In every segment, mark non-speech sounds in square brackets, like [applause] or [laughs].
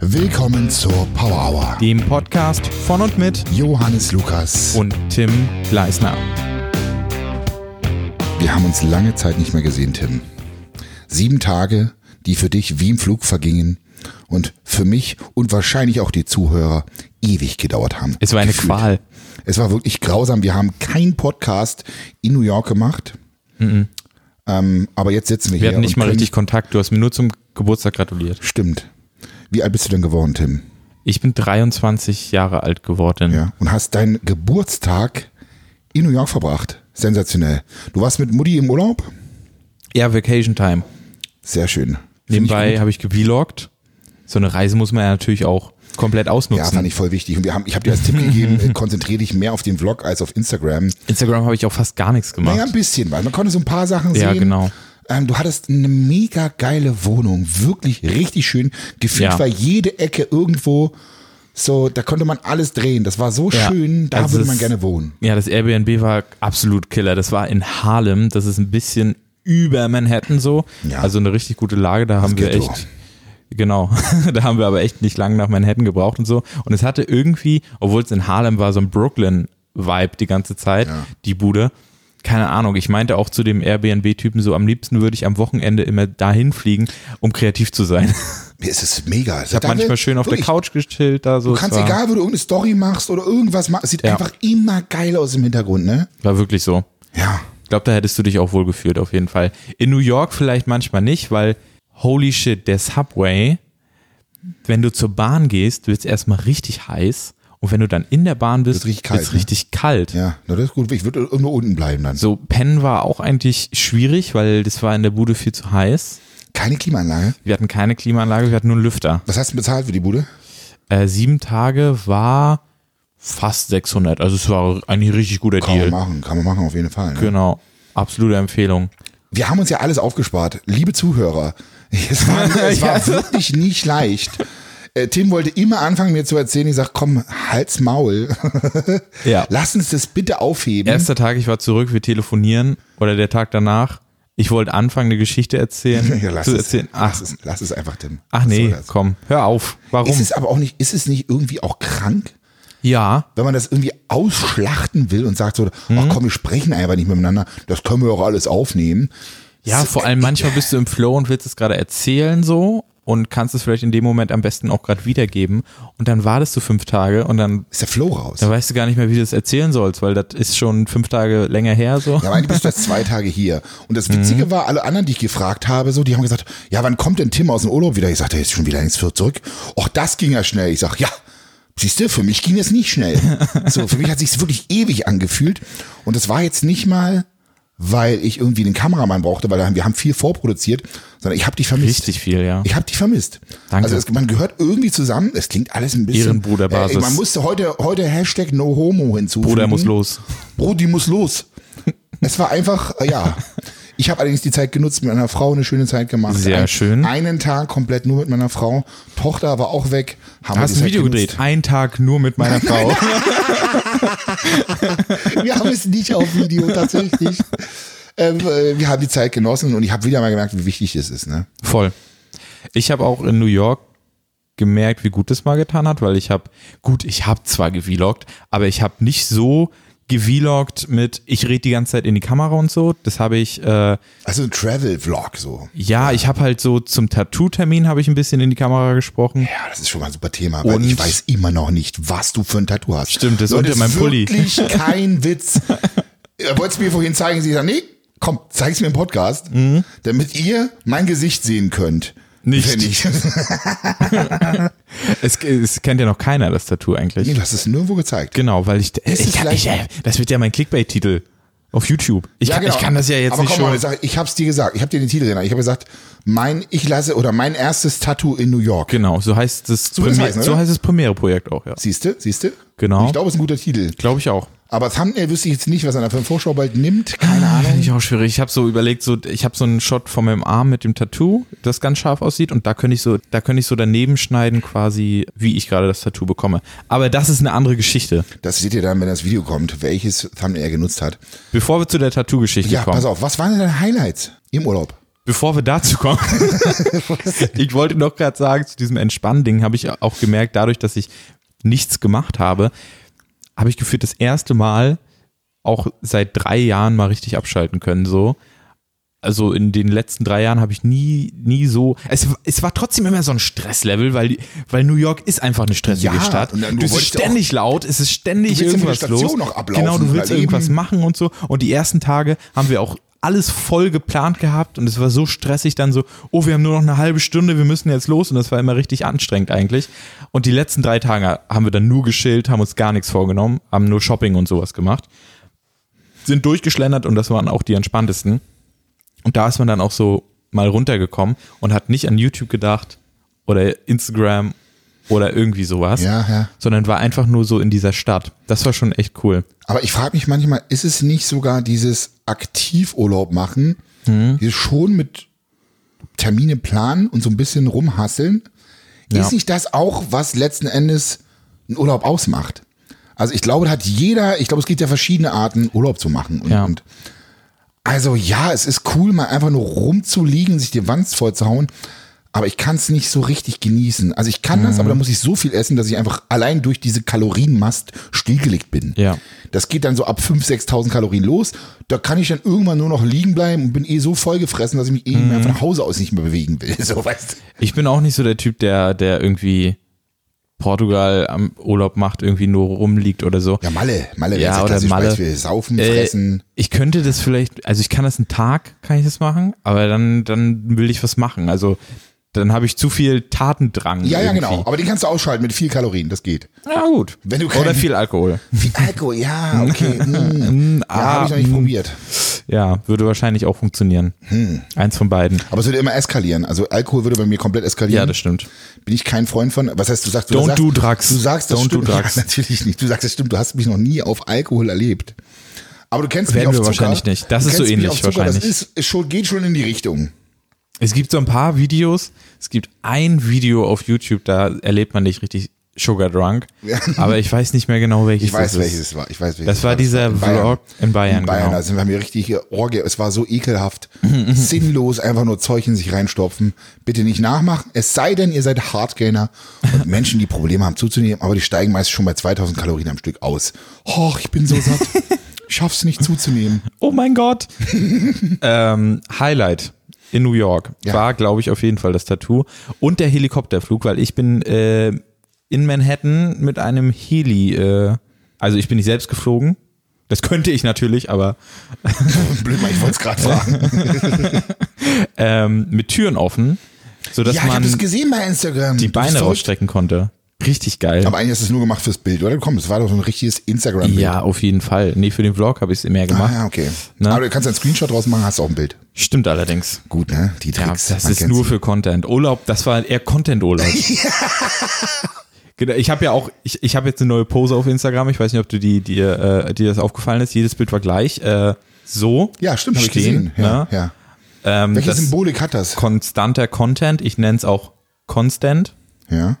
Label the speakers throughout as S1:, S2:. S1: Willkommen zur Power Hour.
S2: dem Podcast von und mit
S1: Johannes Lukas.
S2: und Tim Gleisner.
S1: wir haben uns lange Zeit nicht mehr gesehen, Tim. Sieben Tage, die für dich wie im Flug vergingen und für mich und wahrscheinlich auch die Zuhörer ewig gedauert haben.
S2: Es war eine
S1: Gefühlt.
S2: Qual.
S1: Es war wirklich grausam. Wir haben keinen Podcast in New York gemacht. Ähm, aber jetzt sitzen wir,
S2: Wir
S1: hier.
S2: hatten nicht
S1: und
S2: mal
S1: können-
S2: richtig Kontakt. Du hast mir nur zum Geburtstag gratuliert.
S1: Stimmt. Wie alt bist du denn geworden, Tim?
S2: Ich bin 23 Jahre alt geworden.
S1: Ja. Und hast deinen Geburtstag in New York verbracht. Sensationell. Du warst mit Mutti im Urlaub?
S2: Ja, Vacation Time.
S1: Sehr schön. Find ich
S2: Nebenbei habe ich gevlogt. So eine Reise muss man ja natürlich auch komplett
S1: Ja,
S2: ausnutzen.
S1: fand ich voll wichtig. Und wir haben, ich habe dir als Tipp gegeben,
S2: [laughs]
S1: äh, konzentriere dich mehr auf den Vlog als auf Instagram.
S2: Instagram habe ich auch fast gar nichts gemacht.
S1: Naja, ein bisschen, weil man konnte so ein paar Sachen sehen.
S2: Ja, genau.
S1: Ähm, du hattest eine mega geile Wohnung, wirklich richtig schön. Gefühlt
S2: Ja.
S1: war jede Ecke irgendwo so, da konnte man alles drehen. Das war so
S2: Ja.
S1: schön, da
S2: Also
S1: würde
S2: es-
S1: man gerne wohnen.
S2: Ja, das Airbnb war absolut Killer. Das war in Harlem. Das ist ein bisschen über Manhattan so.
S1: Ja.
S2: Also eine richtig gute Lage. Da haben wir
S1: Ghetto.
S2: echt. Genau. [laughs] da haben wir aber echt nicht lange nach Manhattan gebraucht und so. Und es hatte irgendwie, obwohl es in Harlem war, so ein Brooklyn-Vibe die ganze Zeit,
S1: Ja.
S2: die Bude. Keine Ahnung. Ich meinte auch zu dem Airbnb-Typen so, am liebsten würde ich am Wochenende immer dahin fliegen, um kreativ zu
S1: [laughs]
S2: sein.
S1: Es ist mega. Also, Ich
S2: Hab manchmal schön auf der Couch gechillt da so.
S1: Du kannst, egal, wo du irgendeine Story machst oder irgendwas machst, es sieht
S2: Ja.
S1: einfach immer geil aus im Hintergrund, ne?
S2: War wirklich so.
S1: Ja.
S2: Ich glaube, da hättest du dich auch wohl gefühlt, auf jeden Fall. In New York vielleicht manchmal nicht, weil holy shit, der Subway, wenn du zur Bahn gehst, wird es erstmal richtig heiß. Und wenn du dann in der Bahn bist,
S1: Wird's richtig
S2: wird's
S1: kalt, ne?
S2: richtig kalt.
S1: Ja, na, das ist gut. Ich würde nur unten bleiben dann.
S2: So, Pennen war auch eigentlich schwierig, weil das war in der Bude viel zu heiß.
S1: Keine Klimaanlage.
S2: Wir hatten keine Klimaanlage, wir hatten nur einen Lüfter.
S1: Was hast du bezahlt für die Bude?
S2: Äh, sieben Tage war fast 600. Also es war eigentlich ein richtig guter
S1: Kann man
S2: Deal.
S1: machen, kann man machen, auf jeden Fall. Ne?
S2: Genau, absolute Empfehlung.
S1: Wir haben uns ja alles aufgespart. Liebe Zuhörer, [laughs] es
S2: [laughs]
S1: war, es war wirklich nicht leicht. Äh, Tim wollte immer anfangen, mir zu erzählen. Ich sag, komm, halt's Maul. [laughs]
S2: Ja.
S1: Lass uns das bitte aufheben.
S2: Erster Tag, ich war zurück, wir telefonieren oder der Tag danach. Ich wollte anfangen, eine Geschichte erzählen.
S1: [laughs] ja, lass,
S2: zu
S1: es,
S2: erzählen. Ach,
S1: lass, es, lass es einfach, Tim.
S2: ach
S1: Was soll
S2: nee,
S1: das?
S2: komm, hör auf. Warum?
S1: Ist es aber auch nicht, ist es nicht irgendwie auch krank,
S2: ja,
S1: wenn man das irgendwie ausschlachten will und sagt so, ach
S2: Mhm.
S1: komm, wir sprechen einfach nicht mehr miteinander. Das können wir auch alles aufnehmen.
S2: ja, vor allem manchmal bist du im Flow und willst es gerade erzählen so und kannst es vielleicht in dem Moment am besten auch gerade wiedergeben. Und dann wartest du fünf Tage und dann,
S1: Ist der Flow raus.
S2: dann weißt du gar nicht mehr, wie du es erzählen sollst, weil das ist schon fünf Tage länger her so.
S1: Ja, aber eigentlich bist du jetzt zwei Tage hier. Und das Witzige
S2: Mhm.
S1: war, alle anderen, die ich gefragt habe, so, die haben gesagt, ja, wann kommt denn Tim aus dem Urlaub wieder? Ich sagte, er ist schon wieder ins Viert zurück. Och, das ging ja schnell. Ich sag, ja. Siehst du, für mich ging es nicht schnell.
S2: [laughs]
S1: So, für mich hat sich's wirklich ewig angefühlt. Und das war jetzt nicht mal, weil ich irgendwie einen Kameramann brauchte, weil wir haben viel vorproduziert, sondern ich habe dich vermisst.
S2: Richtig viel, ja.
S1: Ich habe dich vermisst.
S2: Danke.
S1: Also es, man gehört irgendwie zusammen. Es klingt alles ein bisschen.
S2: Ehrenbruderbasis.
S1: man musste heute heute Hashtag No Homo hinzufügen.
S2: Bruder muss los.
S1: Brudi muss los. Es war einfach, äh, ja. Ich habe allerdings die Zeit genutzt, mit meiner Frau eine schöne Zeit gemacht.
S2: Sehr schön.
S1: Einen Tag komplett nur mit meiner Frau. Tochter war auch weg. Haben wir
S2: Hast
S1: die
S2: ein
S1: Zeit
S2: Video
S1: genutzt.
S2: gedreht. Ein Tag nur
S1: [laughs]
S2: mit meiner Frau.
S1: Wir haben es nicht auf Video, tatsächlich. Ähm, äh, wir haben die Zeit genossen und ich habe wieder mal gemerkt, wie wichtig es ist. Ne?
S2: Voll. Ich habe auch in New York gemerkt, wie gut es mal getan hat, weil ich habe, gut, ich habe zwar gevloggt, aber ich habe nicht so gevloggt mit, ich rede die ganze Zeit in die Kamera und so. Das habe ich, äh,
S1: Also ein Travel-Vlog so.
S2: ja, ich habe halt so zum Tattoo-Termin habe ich ein bisschen in die Kamera gesprochen.
S1: Ja, das ist schon mal ein super Thema, weil
S2: Und-
S1: ich weiß immer noch nicht, was du für ein Tattoo hast.
S2: Stimmt, das ist unter meinem Pulli.
S1: wirklich
S2: [laughs]
S1: kein Witz. Er wollte es mir vorhin zeigen, sie sagt, nee, komm, zeig's mir im Podcast,
S2: Mhm.
S1: damit ihr mein Gesicht sehen könnt.
S2: Nicht.
S1: Wenn ich,
S2: [laughs] Es, es kennt ja noch keiner, das Tattoo eigentlich.
S1: nee, du hast es nirgendwo gezeigt.
S2: Genau, weil ich,
S1: es
S2: ich, hab- ich,
S1: vielleicht- genau.
S2: das wird ja mein Clickbait-Titel auf YouTube. Ich, kann, ich kann das ja jetzt
S1: Aber
S2: nicht
S1: komm mal,
S2: schon.
S1: ich sag, ich hab's dir gesagt, ich hab dir den Titel genannt. Ich habe gesagt, mein, ich lasse, oder mein erstes Tattoo in New York.
S2: Genau, so heißt das,
S1: wird das
S2: Premi-
S1: heißen,
S2: so
S1: oder?
S2: heißt das Premiere-Projekt auch, ja.
S1: Siehste, siehste?
S2: Genau.
S1: Ich glaube, es ist ein guter Titel.
S2: Glaube ich auch.
S1: Aber Thumbnail wüsste ich jetzt nicht, was er für eine Vorschau bald nimmt.
S2: [gasps]
S1: Keine Ahnung.
S2: Finde ich auch schwierig. Ich habe so überlegt, so ich habe so einen Shot von meinem Arm mit dem Tattoo, das ganz scharf aussieht und da könnte ich so, da könnte ich so daneben schneiden quasi, wie ich gerade das Tattoo bekomme. Aber das ist eine andere Geschichte.
S1: Das seht ihr dann, wenn das Video kommt, welches Thumbnail er genutzt hat.
S2: Bevor wir zu der Tattoo-Geschichte
S1: Ja,
S2: kommen.
S1: pass auf, was waren denn deine Highlights im Urlaub?
S2: Bevor wir dazu
S1: [laughs]
S2: kommen, ich wollte noch gerade sagen, zu diesem Entspann-Ding habe ich auch gemerkt, dadurch, dass ich nichts gemacht habe, habe ich gefühlt das erste Mal auch seit drei Jahren mal richtig abschalten können. So. Also in den letzten drei Jahren habe ich nie, nie so. Es, es war trotzdem immer so ein Stresslevel, weil, weil New York ist einfach eine stressige
S1: Ja,
S2: Stadt.
S1: und dann- du
S2: es ist
S1: wolltest ja
S2: ständig laut, es ist ständig
S1: Du willst ja mit der
S2: irgendwas
S1: Station
S2: los.
S1: noch ablaufen
S2: genau, du
S1: und
S2: willst
S1: erleben.
S2: irgendwas machen und so. Und die ersten Tage haben wir auch alles voll geplant gehabt und es war so stressig dann so, oh, wir haben nur noch eine halbe Stunde, wir müssen jetzt los und das war immer richtig anstrengend eigentlich. Und die letzten drei Tage haben wir dann nur geschillt, haben uns gar nichts vorgenommen, haben nur Shopping und sowas gemacht, sind durchgeschlendert und das waren auch die entspanntesten. Und da ist man dann auch so mal runtergekommen und hat nicht an YouTube gedacht oder Instagram oder irgendwie sowas,
S1: Ja, ja.
S2: sondern war einfach nur so in dieser Stadt. Das war schon echt cool.
S1: Aber ich frage mich manchmal, ist es nicht sogar dieses Aktivurlaub machen,
S2: Mhm.
S1: dieses schon mit Termine planen und so ein bisschen rumhasseln,
S2: Ja.
S1: ist nicht das auch, was letzten Endes einen Urlaub ausmacht? Also ich glaube, da hat jeder, ich glaube, es gibt ja verschiedene Arten, Urlaub zu machen. Und,
S2: Ja.
S1: und also ja, es ist cool, mal einfach nur rumzuliegen, sich die Wanst vollzuhauen. Aber ich kann es nicht so richtig genießen. Also ich kann das,
S2: Mhm.
S1: aber da muss ich so viel essen, dass ich einfach allein durch diese Kalorienmast stillgelegt bin.
S2: Ja.
S1: Das geht dann so ab 5.000, 6.000 Kalorien los. Da kann ich dann irgendwann nur noch liegen bleiben und bin eh so vollgefressen, dass ich mich eh nicht
S2: Mhm.
S1: mehr von Hause aus nicht mehr bewegen will. [laughs] So, weißt du?
S2: Ich bin auch nicht so der Typ, der, der irgendwie Portugal am Urlaub macht, irgendwie nur rumliegt oder so.
S1: Ja, Malle. Malle
S2: Ja,
S1: wär jetzt
S2: oder
S1: klassisch,
S2: Malle.
S1: weißt du, wir saufen,
S2: Äh,
S1: fressen.
S2: ich könnte das vielleicht, also ich kann das einen Tag, kann ich das machen, aber dann, dann will ich was machen. Also dann habe ich zu viel Tatendrang.
S1: Ja, ja,
S2: irgendwie.
S1: genau. Aber den kannst du ausschalten mit viel Kalorien, das
S2: [laughs]
S1: geht.
S2: Ja, Ah, gut.
S1: Wenn du keinen-
S2: oder viel Alkohol.
S1: Viel Alkohol, ja, okay.
S2: [laughs]
S1: Mm. [laughs] Ja,
S2: Ah,
S1: habe ich noch
S2: mhm.
S1: nicht probiert. Hm.
S2: Ja, würde wahrscheinlich auch funktionieren. Eins von beiden.
S1: Aber es würde immer eskalieren. Also Alkohol würde bei mir komplett eskalieren.
S2: Ja, das stimmt.
S1: bin ich kein Freund von. Was heißt, du sagst, du
S2: Don't
S1: sagst,
S2: do drugs.
S1: Du sagst, das
S2: Don't do
S1: stimmt.
S2: drugs.
S1: Ja, [laughs] natürlich nicht. Du sagst, das stimmt. Du hast mich noch nie auf Alkohol erlebt. Aber du kennst
S2: Werden
S1: mich
S2: wir
S1: auf Zucker.
S2: wahrscheinlich nicht. Das
S1: du
S2: ist so
S1: kennst mich
S2: ähnlich
S1: auf Zucker. Das
S2: wahrscheinlich.
S1: ist, ist schon, geht schon in die Richtung.
S2: Es gibt so ein paar Videos. Es gibt ein Video auf YouTube, da erlebt man dich richtig sugar drunk. Aber ich weiß nicht mehr genau, welches
S1: Ich weiß,
S2: das ist.
S1: welches es war. Ich weiß, welches
S2: Das war dieser
S1: In
S2: Vlog in Bayern,
S1: In Bayern,
S2: genau. Mhm,
S1: da sind wir mir richtig Orgie. Es war so
S2: [laughs]
S1: ekelhaft. Sinnlos, einfach nur Zeug in sich reinstopfen. Bitte nicht nachmachen. Es sei denn, ihr seid Hardgainer und Menschen, die Probleme haben zuzunehmen, aber die steigen meist schon bei 2000 Kalorien am Stück aus. Och, ich bin so
S2: [laughs]
S1: satt. Ich schaff's nicht zuzunehmen.
S2: Oh mein Gott. [laughs] ähm, Highlight in New York
S1: Ja.
S2: war, glaube ich, auf jeden Fall das Tattoo und der Helikopterflug, weil ich bin äh, in Manhattan mit einem Heli, äh, also ich bin nicht selbst geflogen. Das könnte ich natürlich, aber
S1: Blöd, Mann, ich wollte es gerade fragen.
S2: ähm, mit Türen offen, sodass
S1: Ja, ich habe
S2: man
S1: das gesehen bei Instagram.
S2: die Beine
S1: rausstrecken.
S2: rausstrecken konnte. Richtig geil.
S1: Aber eigentlich hast du es nur gemacht fürs Bild, oder? Komm, es war doch so ein richtiges Instagram-Bild.
S2: ja, Ne? auf jeden Fall. Nee, für den Vlog habe ich es mehr
S1: Ah,
S2: gemacht.
S1: ja, okay.
S2: Na?
S1: Aber du kannst einen Screenshot draus machen, hast auch ein Bild.
S2: Stimmt allerdings.
S1: Gut, ne? Die
S2: Ja,
S1: Tricks.
S2: das
S1: man
S2: ist
S1: kennt's.
S2: nur für Content. Urlaub, das war
S1: [laughs]
S2: eher Content-Urlaub. Genau, ich habe ja auch, ich, ich habe jetzt eine neue Pose auf Instagram. Ich weiß nicht, ob du die, dir, äh, dir das aufgefallen ist. Jedes Bild war gleich. Äh, so.
S1: Ja, stimmt, habe ich
S2: stehen.
S1: gesehen. Ja,
S2: ne?
S1: ja.
S2: Ähm,
S1: Welche
S2: das ist
S1: Symbolik hat das?
S2: konstanter Content. Ich nenne es auch Constant.
S1: Ja.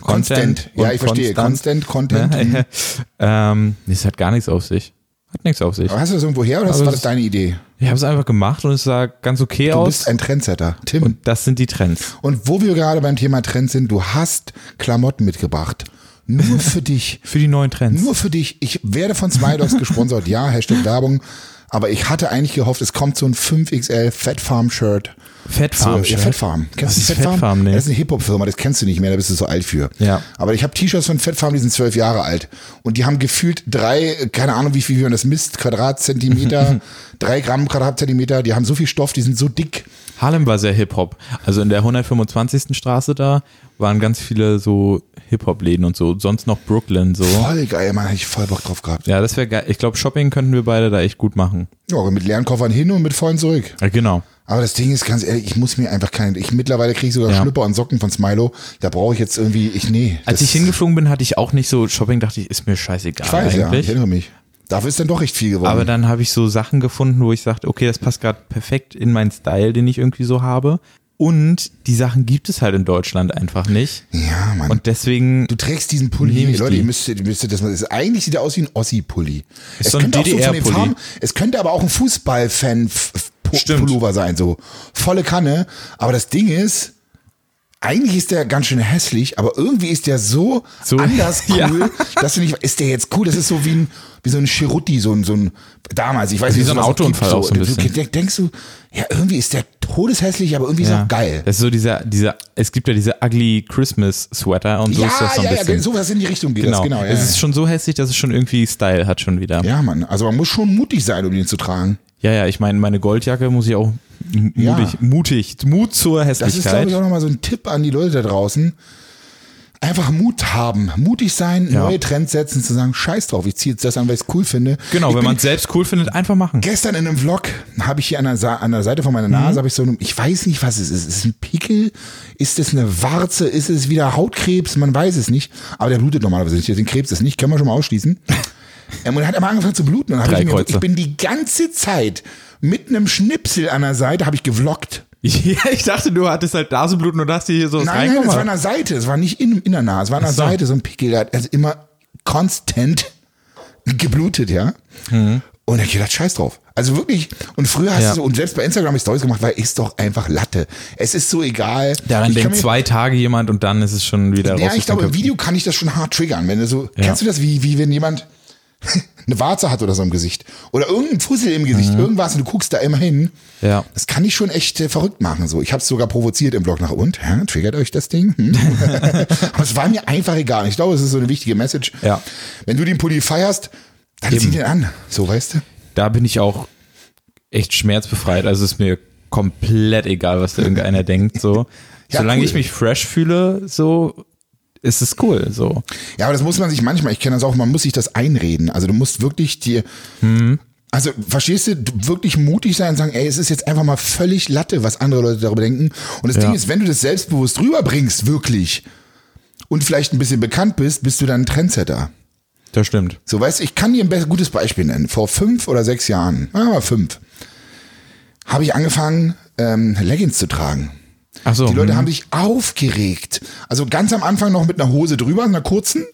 S1: Constant.
S2: und
S1: Ja, ich verstehe. Constant, Content.
S2: Ne? [laughs] ähm, das hat gar nichts auf sich. Hat nichts auf sich.
S1: Aber hast du das irgendwo her oder
S2: Aber
S1: war
S2: es-
S1: das deine Idee?
S2: Ich habe es einfach gemacht und es sah ganz okay
S1: Du
S2: aus.
S1: bist ein Trendsetter, Tim. Und,
S2: das sind die Trends.
S1: wo wir gerade beim Thema Trend sind, du hast Klamotten mitgebracht. Nur
S2: [laughs]
S1: für dich.
S2: Für die neuen Trends.
S1: Nur für dich. Ich werde von
S2: [laughs]
S1: Smiledogs gesponsert. Ja, Hashtag Werbung. Aber ich hatte eigentlich gehofft, es kommt so ein 5XL Fat Farm Shirt.
S2: Fat
S1: So,
S2: Farm.
S1: ja,
S2: Shirt.
S1: Fat Farm. Kennst
S2: Was
S1: du
S2: ist Fat Farm? Nee.
S1: Das ist eine Hip-Hop-Firma, das kennst du nicht mehr, da bist du so alt für.
S2: Ja.
S1: Aber ich habe T-Shirts von Fat Farm, die sind zwölf Jahre alt. Und die haben gefühlt drei, äh, keine Ahnung, wie viel wie man das misst,
S2: [laughs]
S1: Quadratzentimeter, drei Gramm Quadratzentimeter, die haben so viel Stoff, die sind so dick.
S2: Harlem war sehr Hip-Hop. Also in der 125. Straße da waren ganz viele so Hip-Hop-Läden und so. Sonst noch Brooklyn so.
S1: Voll geil, man, hätte ich voll Bock drauf gehabt.
S2: Ja, das wäre geil. Ich glaube, Shopping könnten wir beide da echt gut machen.
S1: Ja, mit leeren Koffern hin und mit vollen zurück.
S2: Ja, genau.
S1: Aber das Ding ist ganz ehrlich, ich muss mir einfach keinen, ich mittlerweile kriege ich sogar
S2: Ja.
S1: Schlüpper und Socken von Smilo, da brauche ich jetzt irgendwie, ich, nee.
S2: Als
S1: das-
S2: ich hingeflogen bin, hatte ich auch nicht so Shopping, dachte ich, ist mir scheißegal
S1: Ich weiß, ja,
S2: eigentlich.
S1: ich erinnere mich. Dafür ist dann doch recht viel geworden.
S2: Aber dann habe ich so Sachen gefunden, wo ich sagte, okay, das passt gerade perfekt in meinen Style, den ich irgendwie so habe. Und die Sachen gibt es halt in Deutschland einfach nicht.
S1: ja, Mann.
S2: Und deswegen
S1: Du trägst diesen Pulli,
S2: Nehm ich
S1: Leute,
S2: die.
S1: ihr müsst, ihr müsst das mal, das ist, eigentlich sieht er aus wie ein Ossi-Pulli. Es
S2: so ein
S1: könnte auch von den
S2: DDR-Pulli.
S1: Farben- es könnte aber auch ein Fußball-Fan-Pulli
S2: Stimmt.
S1: Pullover sein, so volle Kanne. Aber das Ding ist, eigentlich ist der ganz schön hässlich, aber irgendwie ist der so,
S2: So-
S1: anders cool,
S2: [laughs] Ja.
S1: dass du nicht, ist der jetzt cool? Das ist so wie ein, wie so ein Chirutti, so ein, so ein, damals, ich weiß
S2: Wie
S1: nicht,
S2: so ein
S1: sowas gibt,
S2: Autounfall auch so ein
S1: Du
S2: bisschen.
S1: denk- denkst du, ja, irgendwie ist der todeshässlich, aber irgendwie ist er auch geil.
S2: Das ist so dieser, dieser, es gibt ja diese ugly Christmas Sweater und so ist das so ein
S1: ja,
S2: bisschen.
S1: ja, sowas in die Richtung geht
S2: genau.
S1: das, genau. Ja,
S2: es ist schon so hässlich, dass es schon irgendwie Style hat schon wieder. Ja,
S1: ja, Mann, also man muss schon mutig sein, um den zu tragen.
S2: ja, ich meine, meine Goldjacke muss ich auch m-
S1: Ja.
S2: mutig, mutig, Mut zur
S1: Das ist, glaube ich,
S2: Hässlichkeit.
S1: auch nochmal so ein Tipp an die Leute da draußen. Einfach Mut haben, mutig sein,
S2: Ja.
S1: neue Trends setzen, zu sagen, scheiß drauf, ich ziehe jetzt das an, weil ich es cool finde.
S2: Genau,
S1: ich
S2: wenn
S1: bin
S2: man es selbst cool findet, einfach machen.
S1: Gestern in einem Vlog habe ich hier an der, Sa an der Seite von meiner Nase,
S2: Mhm.
S1: habe ich so, einen- ich weiß nicht, was es ist. Ist es ein Pickel? Ist es eine Warze? Ist es wieder Hautkrebs? Man weiß es nicht. Aber der blutet normalerweise nicht. Den Krebs ist nicht, können wir schon mal
S2: [laughs]
S1: ausschließen. Ähm, und er hat immer angefangen zu bluten. Und dann
S2: Drei
S1: habe ich, mir-
S2: Kreuze.
S1: ich bin die ganze Zeit mit einem Schnipsel an der Seite, habe ich gevloggt.
S2: Ja, ich [laughs] dachte, du hattest halt Nasenbluten und hast dir hier so was
S1: Nein, nein, es war an
S2: reingekommen.
S1: der Seite. Es war nicht in, in der Nase. Es war an der
S2: Ach so.
S1: Seite so ein Pickel. Der hat also immer konstant [laughs] geblutet, ja. Und dann hab ich gedacht, scheiß drauf. Also wirklich, und früher hast
S2: Mhm. Ja.
S1: du so, und selbst bei Instagram habe ich Stories gemacht, weil ist doch einfach Latte. Es ist so egal.
S2: Daran
S1: Ich kann
S2: denkt
S1: mir-
S2: zwei Tage jemand und dann ist es schon wieder raus.
S1: Ja, ich
S2: aus dem
S1: glaube, im
S2: Kopf.
S1: Video kann ich das schon hart triggern. Wenn du so, kennst du das, wie, wie wenn jemand [laughs] eine Warze hat oder so im Gesicht? Oder irgendein Fussel im Gesicht,
S2: Mhm.
S1: irgendwas und du guckst da immer hin.
S2: Ja.
S1: Das kann ich schon echt äh, verrückt machen. So, ich habe es sogar provoziert im Blog nach und hä, triggert euch das Ding? Hm?
S2: [laughs]
S1: Aber es war mir einfach egal. Ich glaube, es ist so eine wichtige Message.
S2: Ja.
S1: Wenn du den Pulli feierst, dann zieh den an. So, weißt du?
S2: da bin ich auch echt schmerzbefreit. Also ist mir komplett egal, was da [laughs] irgendeiner denkt. So,
S1: Ja,
S2: solange
S1: cool.
S2: ich mich fresh fühle, so ist es cool. So,
S1: Ja, aber das muss man sich manchmal, ich kenne das auch, man muss sich das einreden. Also du musst wirklich dir,
S2: Mhm.
S1: also verstehst du, du, wirklich mutig sein und sagen, ey, es ist jetzt einfach mal völlig Latte, was andere Leute darüber denken. Und das
S2: Ja.
S1: Ding ist, wenn du das selbstbewusst rüberbringst, wirklich, und vielleicht ein bisschen bekannt bist, bist du dann ein Trendsetter.
S2: das stimmt.
S1: So, weißt du, ich kann dir ein be- gutes Beispiel nennen. Vor fünf oder sechs Jahren, ah, mal fünf, habe ich angefangen, ähm, Leggings zu tragen.
S2: Ach so,
S1: Die Leute
S2: hm.
S1: haben sich aufgeregt. Also ganz am Anfang noch mit einer Hose drüber, einer kurzen.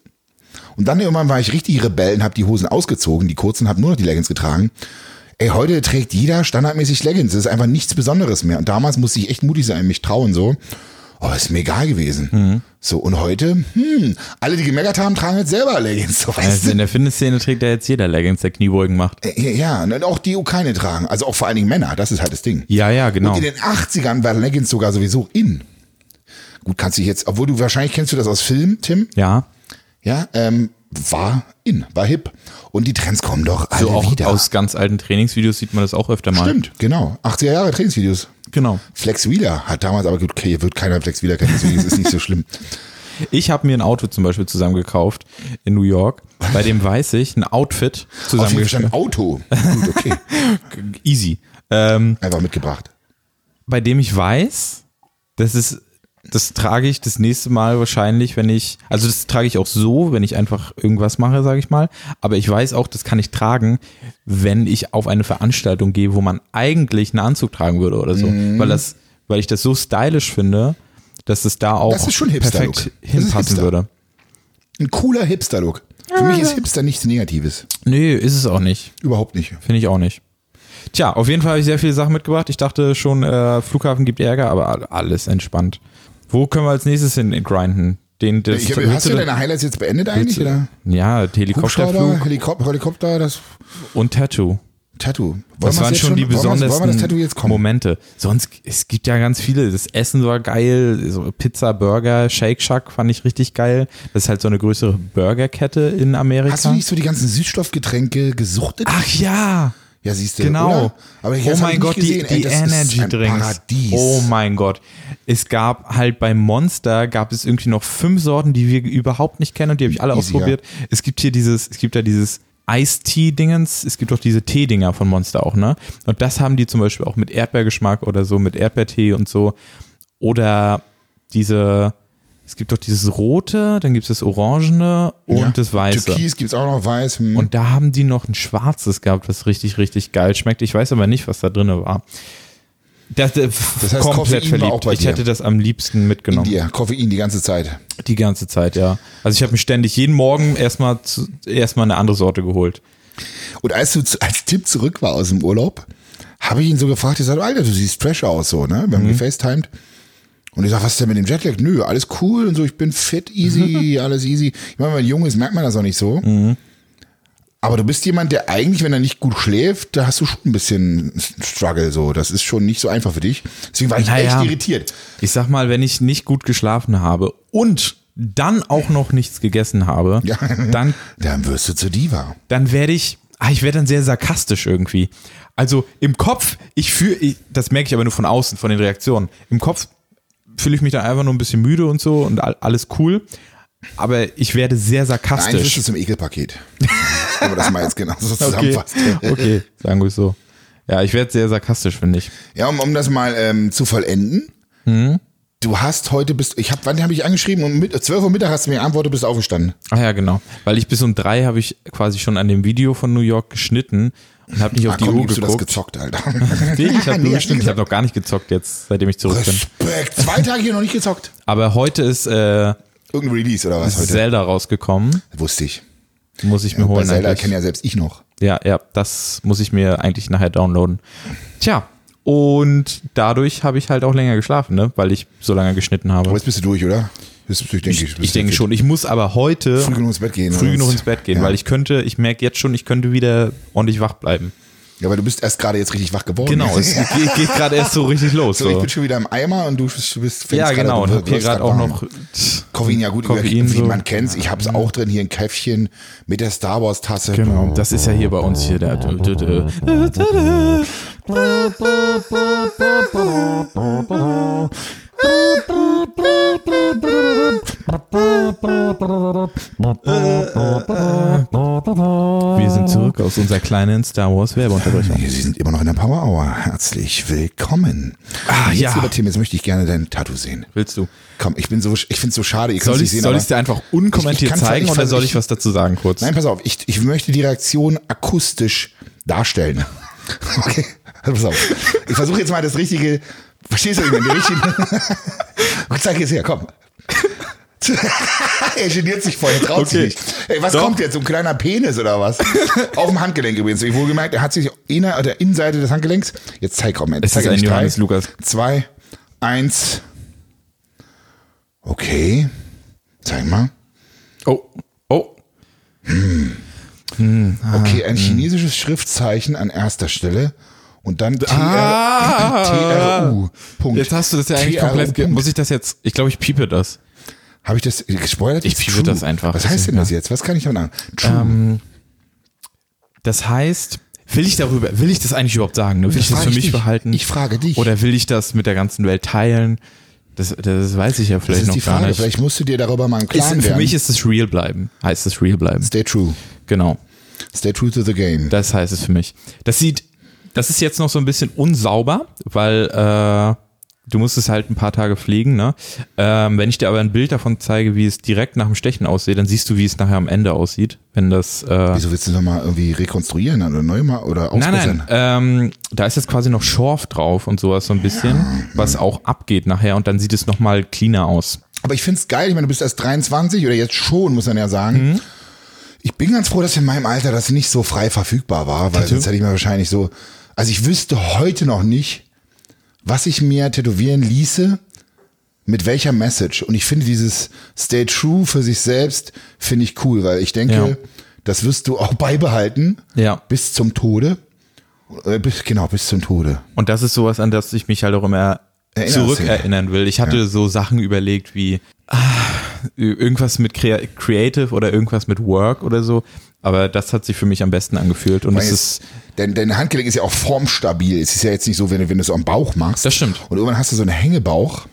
S1: Und dann irgendwann war ich richtig Rebellen, habe die Hosen ausgezogen, die kurzen, habe nur noch die Leggings getragen. Ey, heute trägt jeder standardmäßig Leggings. Das ist einfach nichts Besonderes mehr. Und damals musste ich echt mutig sein, mich trauen so. Aber ist mir egal gewesen. So, und heute, hm, alle, die gemeckert haben, tragen jetzt selber Leggings. So, weißt
S2: also
S1: du?
S2: in der Fitnessszene trägt ja jetzt jeder Leggings, der Kniebeugen macht.
S1: Ja, Ja, ne, und auch die keine tragen. Also auch vor allen Dingen Männer, das ist halt das Ding.
S2: Ja, ja, genau.
S1: Und in den 80ern war Leggings sogar sowieso in. Gut, kannst du dich jetzt, obwohl du wahrscheinlich kennst du das aus Film, Tim,
S2: Ja,
S1: ja, ähm, war in, war hip. Und die Trends kommen doch alle
S2: so Also auch
S1: wieder.
S2: aus ganz alten Trainingsvideos sieht man das auch öfter mal.
S1: Stimmt, genau. 80er Jahre Trainingsvideos.
S2: Genau.
S1: Flex Wheeler hat damals, aber gut, okay, hier wird keiner Flex Wheeler kennen, deswegen ist es nicht so
S2: [laughs]
S1: schlimm.
S2: Ich habe mir ein Auto zum Beispiel zusammen gekauft in New York. Bei dem weiß ich, ein Outfit
S1: Auf jeden Fall
S2: zusammen
S1: ein Auto. Gut, okay.
S2: easy. Ähm,
S1: Einfach mitgebracht.
S2: bei dem ich weiß, das ist, das trage ich das nächste Mal wahrscheinlich, wenn ich, also das trage ich auch so, wenn ich einfach irgendwas mache, sage ich mal. Aber ich weiß auch, das kann ich tragen, wenn ich auf eine Veranstaltung gehe, wo man eigentlich einen Anzug tragen würde oder so,
S1: Mhm.
S2: weil das, weil ich das so stylisch finde, dass es da auch
S1: Das ist schon Hipster-Look.
S2: perfekt
S1: Das ist
S2: hinpassen
S1: Hipster.
S2: würde.
S1: Ein cooler Hipster-Look. Für mich ist Hipster nichts Negatives.
S2: Nee, ist es auch nicht.
S1: Überhaupt nicht.
S2: Finde ich auch nicht. Tja, auf jeden Fall habe ich sehr viele Sachen mitgebracht. Ich dachte schon, äh, Flughafen gibt Ärger, aber all- alles entspannt. Wo können wir als nächstes hin grinden? Den, das,
S1: Ich hab,
S2: willst
S1: hast du
S2: du-
S1: deine Highlights jetzt beendet eigentlich? Oder?
S2: ja,
S1: Hubschrauber,
S2: Helikopterflug
S1: Helikopter, Helikopter, das
S2: und Tattoo.
S1: Tattoo. Wollen
S2: Das
S1: wir's
S2: waren
S1: jetzt
S2: schon die
S1: wollen wir's-
S2: besondersten
S1: Wollen wir das Tattoo jetzt kommen?
S2: Momente. Sonst, es gibt ja ganz viele. Das Essen war geil. So Pizza, Burger, Shake Shack fand ich richtig geil. Das ist halt so eine größere Burgerkette in Amerika.
S1: Hast du nicht so die ganzen Süßstoffgetränke gesuchtet?
S2: Ach ja.
S1: ja, siehst du.
S2: Ah, Genau.
S1: Oder? Aber
S2: oh
S1: jetzt hab ich halt
S2: mein
S1: nicht
S2: Gott,
S1: gesehen.
S2: die,
S1: Ey,
S2: die
S1: das ist
S2: Energy
S1: ein
S2: Drinks.
S1: Paradies.
S2: Oh mein Gott. Es gab halt bei Monster gab es irgendwie noch fünf Sorten, die wir überhaupt nicht kennen und die habe ich alle
S1: Easy,
S2: ausprobiert. Es gibt hier dieses, es gibt ja dieses Eistee-Dingens, es gibt auch diese Tee-Dinger von Monster auch, ne? Und das haben die zum Beispiel auch mit Erdbeergeschmack oder so, mit Erdbeertee und so. Oder diese, es gibt doch dieses rote, dann gibt es das orangene und
S1: Ja.
S2: das weiße.
S1: Türkis gibt's auch noch weiß. Hm.
S2: Und da haben die noch ein schwarzes gehabt, das richtig, richtig geil schmeckt. Ich weiß aber nicht, was da drin war. Das, das,
S1: heißt,
S2: komplett
S1: Koffein war
S2: verliebt.
S1: auch bei
S2: ich
S1: dir.
S2: hätte das am liebsten mitgenommen.
S1: ja, Koffein die ganze Zeit.
S2: Die ganze Zeit, ja. Also ich habe mir ständig jeden Morgen erstmal zu- erstmal eine andere Sorte geholt.
S1: Und als du zu, als Tipp zurück war aus dem Urlaub, habe ich ihn so gefragt, ich sage, Alter, du siehst fresh aus, so, ne? Wir haben gefacetimed. Und ich sage, was ist denn mit dem Jetlag? Nö, alles cool und so, ich bin fit, easy, alles easy. Ich meine, wenn man jung ist, merkt man das auch nicht so. Aber du bist jemand, der eigentlich, wenn er nicht gut schläft, da hast du schon ein bisschen Struggle, so. Das ist schon nicht so einfach für dich. Deswegen war ich
S2: Naja.
S1: echt irritiert.
S2: Ich sag mal, wenn ich nicht gut geschlafen habe und dann auch noch nichts gegessen habe,
S1: Ja.
S2: dann,
S1: Dann wirst du zur Diva.
S2: dann werde ich, ah, ich werde dann sehr sarkastisch irgendwie. Also im Kopf, ich fühle, ich, das merke ich aber nur von außen, von den Reaktionen. Im Kopf fühle ich mich dann einfach nur ein bisschen müde und so und all, alles cool. Aber ich werde sehr
S1: Nein, das
S2: sarkastisch.
S1: ist im Ekelpaket. Wenn man das mal jetzt genauso zusammenfasst.
S2: [laughs] okay, sagen wir es so. Ja, ich werde sehr sarkastisch, finde ich.
S1: Ja, um, um das mal ähm, zu vollenden.
S2: Hm?
S1: Du hast heute bist ich habe wann habe ich angeschrieben um mit, 12 Uhr Mittag hast du mir geantwortet, bist aufgestanden.
S2: Ah ja, genau. Weil ich bis um drei habe ich quasi schon an dem Video von New York geschnitten und habe nicht auf
S1: Ah,
S2: die
S1: komm,
S2: Uhr
S1: gibst du das Ah,
S2: geguckt.
S1: gezockt, Alter.
S2: [laughs] Nee,
S1: [laughs] Nee,
S2: ich habe nur
S1: hast du
S2: gestimmt. Ich habe noch gar nicht gezockt jetzt, seitdem ich zurück bin.
S1: Respekt, zwei Tage hier noch nicht gezockt.
S2: Aber heute ist äh,
S1: Irgendein Release oder was heute?
S2: Zelda rausgekommen.
S1: Wusste ich.
S2: Muss ich mir
S1: Bei
S2: holen.
S1: Zelda
S2: eigentlich.
S1: kenne ja selbst ich noch.
S2: ja, ja, das muss ich mir eigentlich nachher downloaden. Tja, und dadurch habe ich halt auch länger geschlafen, ne? weil ich so lange geschnitten
S1: Aber
S2: habe.
S1: jetzt bist du durch, oder? Bist, du- ich denke, bist
S2: Ich
S1: du
S2: denke
S1: fit.
S2: schon. Ich muss aber heute
S1: Früh genug ins Bett gehen.
S2: früh
S1: sonst-
S2: genug ins Bett gehen,
S1: ja.
S2: weil ich könnte, ich merke jetzt schon, ich könnte wieder ordentlich wach bleiben.
S1: Ja, aber du bist erst gerade jetzt richtig wach geworden. [laughs]
S2: Genau, es geht, geht gerade erst so richtig los.
S1: so, ich
S2: So.
S1: bin schon wieder im Eimer und du bist, du bist
S2: Ja,
S1: fängst
S2: genau. Und
S1: du
S2: hab hier
S1: wirst
S2: gerade auch
S1: warm.
S2: noch
S1: Koffein, ja gut,
S2: Koffein,
S1: wie
S2: so.
S1: man kennt's. Ich hab's auch drin, hier ein Käffchen mit der Star Wars Tasse.
S2: Genau, das ist ja hier bei uns hier der. Wir sind zurück aus unserer kleinen Star Wars Werbeunterbrechung.
S1: Sie sind immer noch in der Power Hour. Herzlich willkommen.
S2: Ah,
S1: jetzt,
S2: ja.
S1: lieber Tim, jetzt möchte ich gerne dein Tattoo sehen.
S2: Willst du?
S1: Komm, ich bin so, ich find's so schade. Ihr
S2: Soll
S1: könnt's
S2: ich
S1: nicht sehen,
S2: soll
S1: aber-
S2: ich's dir einfach
S1: Ich-
S2: unkommentiert
S1: ich kann's-
S2: zeigen
S1: ich-
S2: oder soll
S1: ich-
S2: ich was dazu sagen kurz?
S1: Nein, pass auf, ich, ich möchte die Reaktion akustisch
S2: [laughs]
S1: darstellen. Okay, also pass auf. Ich versuche jetzt mal das richtige. Verstehst du, ich meine, die richtige.
S2: [laughs]
S1: Gut, zeig es her, komm. [laughs] er geniert sich voll, er traut
S2: Okay.
S1: sich nicht. Ey, was
S2: Doch.
S1: kommt jetzt? So ein kleiner Penis oder was? Auf dem Handgelenk übrigens. Ich wohlgemerkt, er hat sich in der, der Innenseite des Handgelenks. Jetzt zeig, komm, jetzt
S2: Es
S1: zeig
S2: ist
S1: er
S2: ein
S1: nicht. Drei,
S2: Johannes Lukas.
S1: Zwei, eins. Okay. Zeig mal.
S2: Oh, oh. Ah,
S1: Okay,
S2: hm.
S1: ein chinesisches Schriftzeichen an erster Stelle und dann TR,
S2: Ah.
S1: TRU. Punkt.
S2: Jetzt hast du das ja eigentlich
S1: TRU.
S2: komplett. Ge muss ich das jetzt? Ich glaube, ich piepe das.
S1: Habe ich das äh, gespoilert?
S2: Ich
S1: It's
S2: piepe das einfach. Ähm,
S1: Was
S2: Das
S1: heißt
S2: ist
S1: denn das jetzt? Was kann ich damit an? True.
S2: Das heißt, will ich darüber, will ich das eigentlich überhaupt sagen? Ne? Will ich das
S1: frage
S2: für
S1: ich
S2: mich
S1: dich.
S2: behalten?
S1: Ich frage dich.
S2: Oder will ich das mit der ganzen Welt teilen? Das, das weiß ich ja
S1: das
S2: vielleicht
S1: ist
S2: noch
S1: die
S2: gar
S1: Frage.
S2: nicht.
S1: Vielleicht musst du dir darüber mal im
S2: Ist,
S1: Klaren
S2: für
S1: werden.
S2: mich ist es real bleiben. Heißt es real bleiben.
S1: Stay true.
S2: Genau.
S1: Stay true to the game.
S2: Das heißt es für mich. Das sieht, das ist jetzt noch so ein bisschen unsauber, weil äh, du musst es halt ein paar Tage pflegen. Ne? Ähm, wenn ich dir aber ein Bild davon zeige, wie es direkt nach dem Stechen aussieht, dann siehst du, wie es nachher am Ende aussieht, wenn das. Äh,
S1: Wieso willst du nochmal irgendwie rekonstruieren oder neu mal oder
S2: Nein,
S1: ausbessern?
S2: nein, ähm, da ist jetzt quasi noch Schorf drauf und sowas so ein bisschen, was auch abgeht nachher und dann sieht es nochmal cleaner aus.
S1: Aber ich find's geil, ich meine, du bist erst 23 oder jetzt schon, muss man ja sagen. Ich bin ganz froh, dass in meinem Alter das nicht so frei verfügbar war, weil sonst hätte ich mir wahrscheinlich so, also ich wüsste heute noch nicht, was ich mir tätowieren ließe, mit welcher Message. Und ich finde dieses Stay True für sich selbst, finde ich cool, weil ich denke,
S2: Ja.
S1: das wirst du auch [laughs] beibehalten
S2: Ja.
S1: bis zum Tode. Äh, Bis, genau, bis zum Tode.
S2: Und das ist sowas, an das ich mich halt auch immer
S1: Erinnerst
S2: zurückerinnern will. Ich hatte so Sachen überlegt wie ah, irgendwas mit Crea- Creative oder irgendwas mit Work oder so. Aber das hat sich für mich am besten angefühlt. Und es ist,
S1: Jetzt, dein, dein Handgelenk ist ja auch formstabil. Es ist ja jetzt nicht so, wenn du, wenn du es am Bauch machst.
S2: Das stimmt.
S1: Und irgendwann hast du so einen Hängebauch,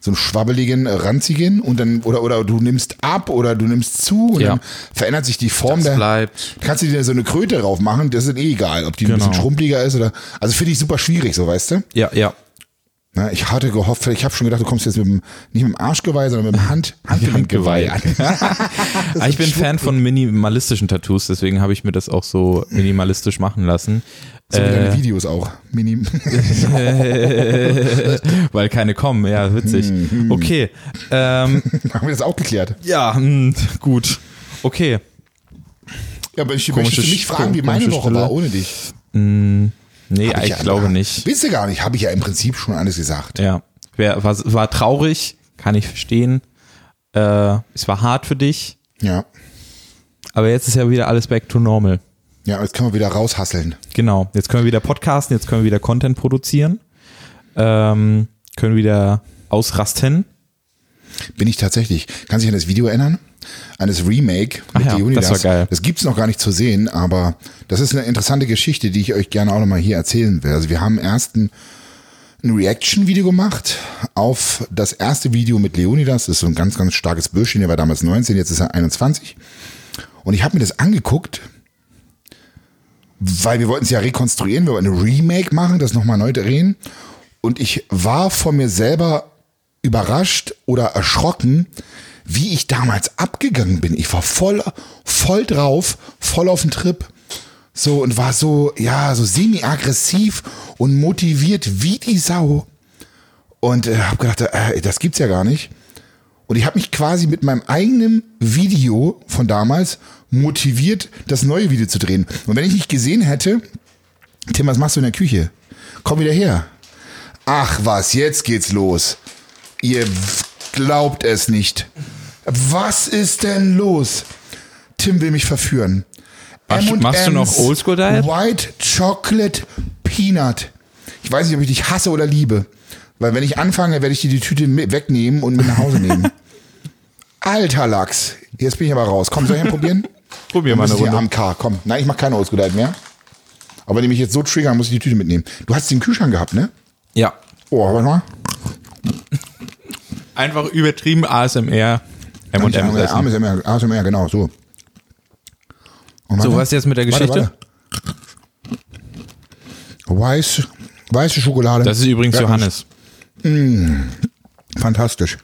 S1: so einen schwabbeligen, äh, ranzigen und dann, oder, oder du nimmst ab oder du nimmst zu und
S2: Ja.
S1: dann verändert sich die Form
S2: Das
S1: der.
S2: bleibt.
S1: Kannst du dir so eine Kröte drauf machen, das ist eh egal, ob die ein bisschen
S2: Genau.
S1: schrumpeliger ist oder. Also finde ich super schwierig, so weißt du.
S2: ja, ja.
S1: Na, ich hatte gehofft, ich habe schon gedacht, du kommst jetzt mit dem, nicht mit dem Arschgeweih, sondern mit dem
S2: [laughs]
S1: Hand, Handgelenkgeweih an.
S2: Ah, ich bin Fan von minimalistischen Tattoos, deswegen habe ich mir das auch so
S1: [laughs]
S2: minimalistisch machen lassen.
S1: So
S2: Äh.
S1: wie deine Videos auch.
S2: [laughs]
S1: Minim.
S2: Weil keine kommen, ja, witzig.
S1: Mhm,
S2: Okay.
S1: [laughs]
S2: Ähm,
S1: [laughs] Haben wir das auch geklärt?
S2: ja, hm, gut. Okay.
S1: Ja, aber ich
S2: Komische
S1: möchte mich
S2: Sch-
S1: fragen, wie meine
S2: komische
S1: Woche war
S2: Stille.
S1: ohne dich.
S2: Nee,
S1: Hab
S2: ich
S1: ja-
S2: glaube nicht.
S1: Wisst ihr gar nicht, habe ich ja im Prinzip schon alles gesagt.
S2: Ja. Wer, war, war traurig, kann ich verstehen. Äh, es war hart für dich,
S1: Ja.
S2: aber jetzt ist ja wieder alles back to normal.
S1: Ja, jetzt können wir wieder raushasseln.
S2: Genau. Jetzt können wir wieder podcasten, jetzt können wir wieder Content produzieren, ähm, können wieder ausrasten.
S1: Bin ich tatsächlich. Kann sich an das Video erinnern? An das Remake mit
S2: Ah ja,
S1: Leonidas.
S2: das war geil.
S1: Das gibt's noch gar nicht zu sehen, aber das ist eine interessante Geschichte, die ich euch gerne auch nochmal hier erzählen will. Also wir haben erst ein, ein Reaction-Video gemacht auf das erste Video mit Leonidas. Das ist so ein ganz, ganz starkes Bürschchen. Der war damals 19, jetzt ist er 21. Und ich habe mir das angeguckt, weil wir wollten es ja rekonstruieren. Wir wollten eine Remake machen, das nochmal neu drehen. Und ich war von mir selber überrascht oder erschrocken, wie ich damals abgegangen bin. Ich war voll, voll drauf, voll auf den Trip. So und war so, ja, so semi-aggressiv und motiviert wie die Sau. Und äh, hab gedacht, äh, das gibt's ja gar nicht. Und ich habe mich quasi mit meinem eigenen Video von damals motiviert, das neue Video zu drehen. Und wenn ich nicht gesehen hätte, Tim, was machst du in der Küche? Komm wieder her. Ach was, jetzt geht's los. Ihr glaubt es nicht. Was ist denn los? Tim will mich verführen.
S2: Machst-
S1: M&M's
S2: machst du noch Oldschool Diet?
S1: White Chocolate Peanut. Ich weiß nicht, ob ich dich hasse oder liebe. Weil wenn ich anfange, werde ich dir die Tüte mi- wegnehmen und mit nach Hause nehmen. Alter Lachs. Jetzt bin ich aber raus. Komm, soll ich mal
S2: [laughs]
S1: probieren?
S2: Probier
S1: Wir
S2: mal eine
S1: müssen hier
S2: Runde.
S1: am K. Komm. Nein, ich mache keine Oldschool Diet mehr. Aber wenn die mich jetzt so triggern, muss ich die Tüte mitnehmen. Du hast den Kühlschrank gehabt, ne?
S2: Ja.
S1: Oh, warte mal.
S2: Einfach übertrieben ASMR. M&M
S1: Der Arm- der Arm
S2: essen.
S1: ist ja mehr, Arm ist ja mehr, genau, so. Und
S2: So,
S1: warte.
S2: was jetzt mit der
S1: Warte,
S2: Geschichte?
S1: warte. Weiß, weiße Schokolade.
S2: Das ist übrigens
S1: Ja,
S2: Johannes.
S1: Fantastisch.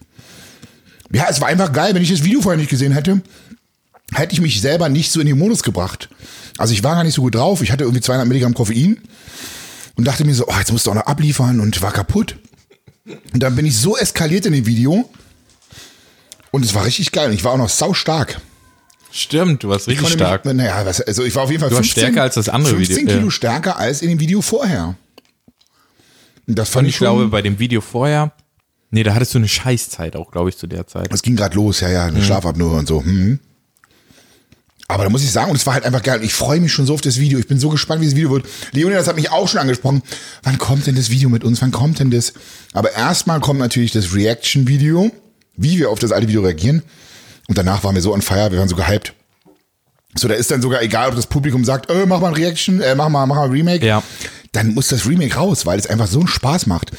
S1: Ja, es war einfach geil. Wenn ich das Video vorher nicht gesehen hätte, hätte ich mich selber nicht so in den Modus gebracht. Also ich war gar nicht so gut drauf. Ich hatte irgendwie 200 Milligramm Koffein und dachte mir so, oh, jetzt musst du auch noch abliefern und war kaputt. Und dann bin ich so eskaliert in dem Video und es war richtig geil. Und ich war auch noch sau stark.
S2: Stimmt, du warst
S1: Ich
S2: richtig
S1: konnte
S2: stark.
S1: Mich, naja, was, also ich war auf jeden Fall
S2: warst
S1: 15,
S2: stärker als das andere
S1: 15
S2: Video, äh.
S1: Kilo
S2: ja.
S1: stärker als in dem Video vorher. Und das fand
S2: Und
S1: ich,
S2: ich
S1: schon,
S2: glaube, bei dem Video vorher, nee, da hattest du eine Scheißzeit auch, glaube ich, zu der Zeit. Mhm.
S1: Es ging gerade los, ja, ja, eine Schlafapnoe und so. Hm. Aber da muss ich sagen, und es war halt einfach geil. Und ich freue mich schon so auf das Video. Ich bin so gespannt, wie das Video wird. Leonidas hat mich auch schon angesprochen. Wann kommt denn das Video mit uns? Wann kommt denn das? Aber erstmal kommt natürlich das Reaction-Video, wie wir auf das alte Video reagieren. Und danach waren wir so on fire, wir waren so gehypt. So, da ist dann sogar egal, ob das Publikum sagt, äh, mach mal ein Reaction, äh, mach mal, mach mal ein Remake.
S2: Ja.
S1: Dann muss das Remake raus, weil es einfach so einen Spaß macht.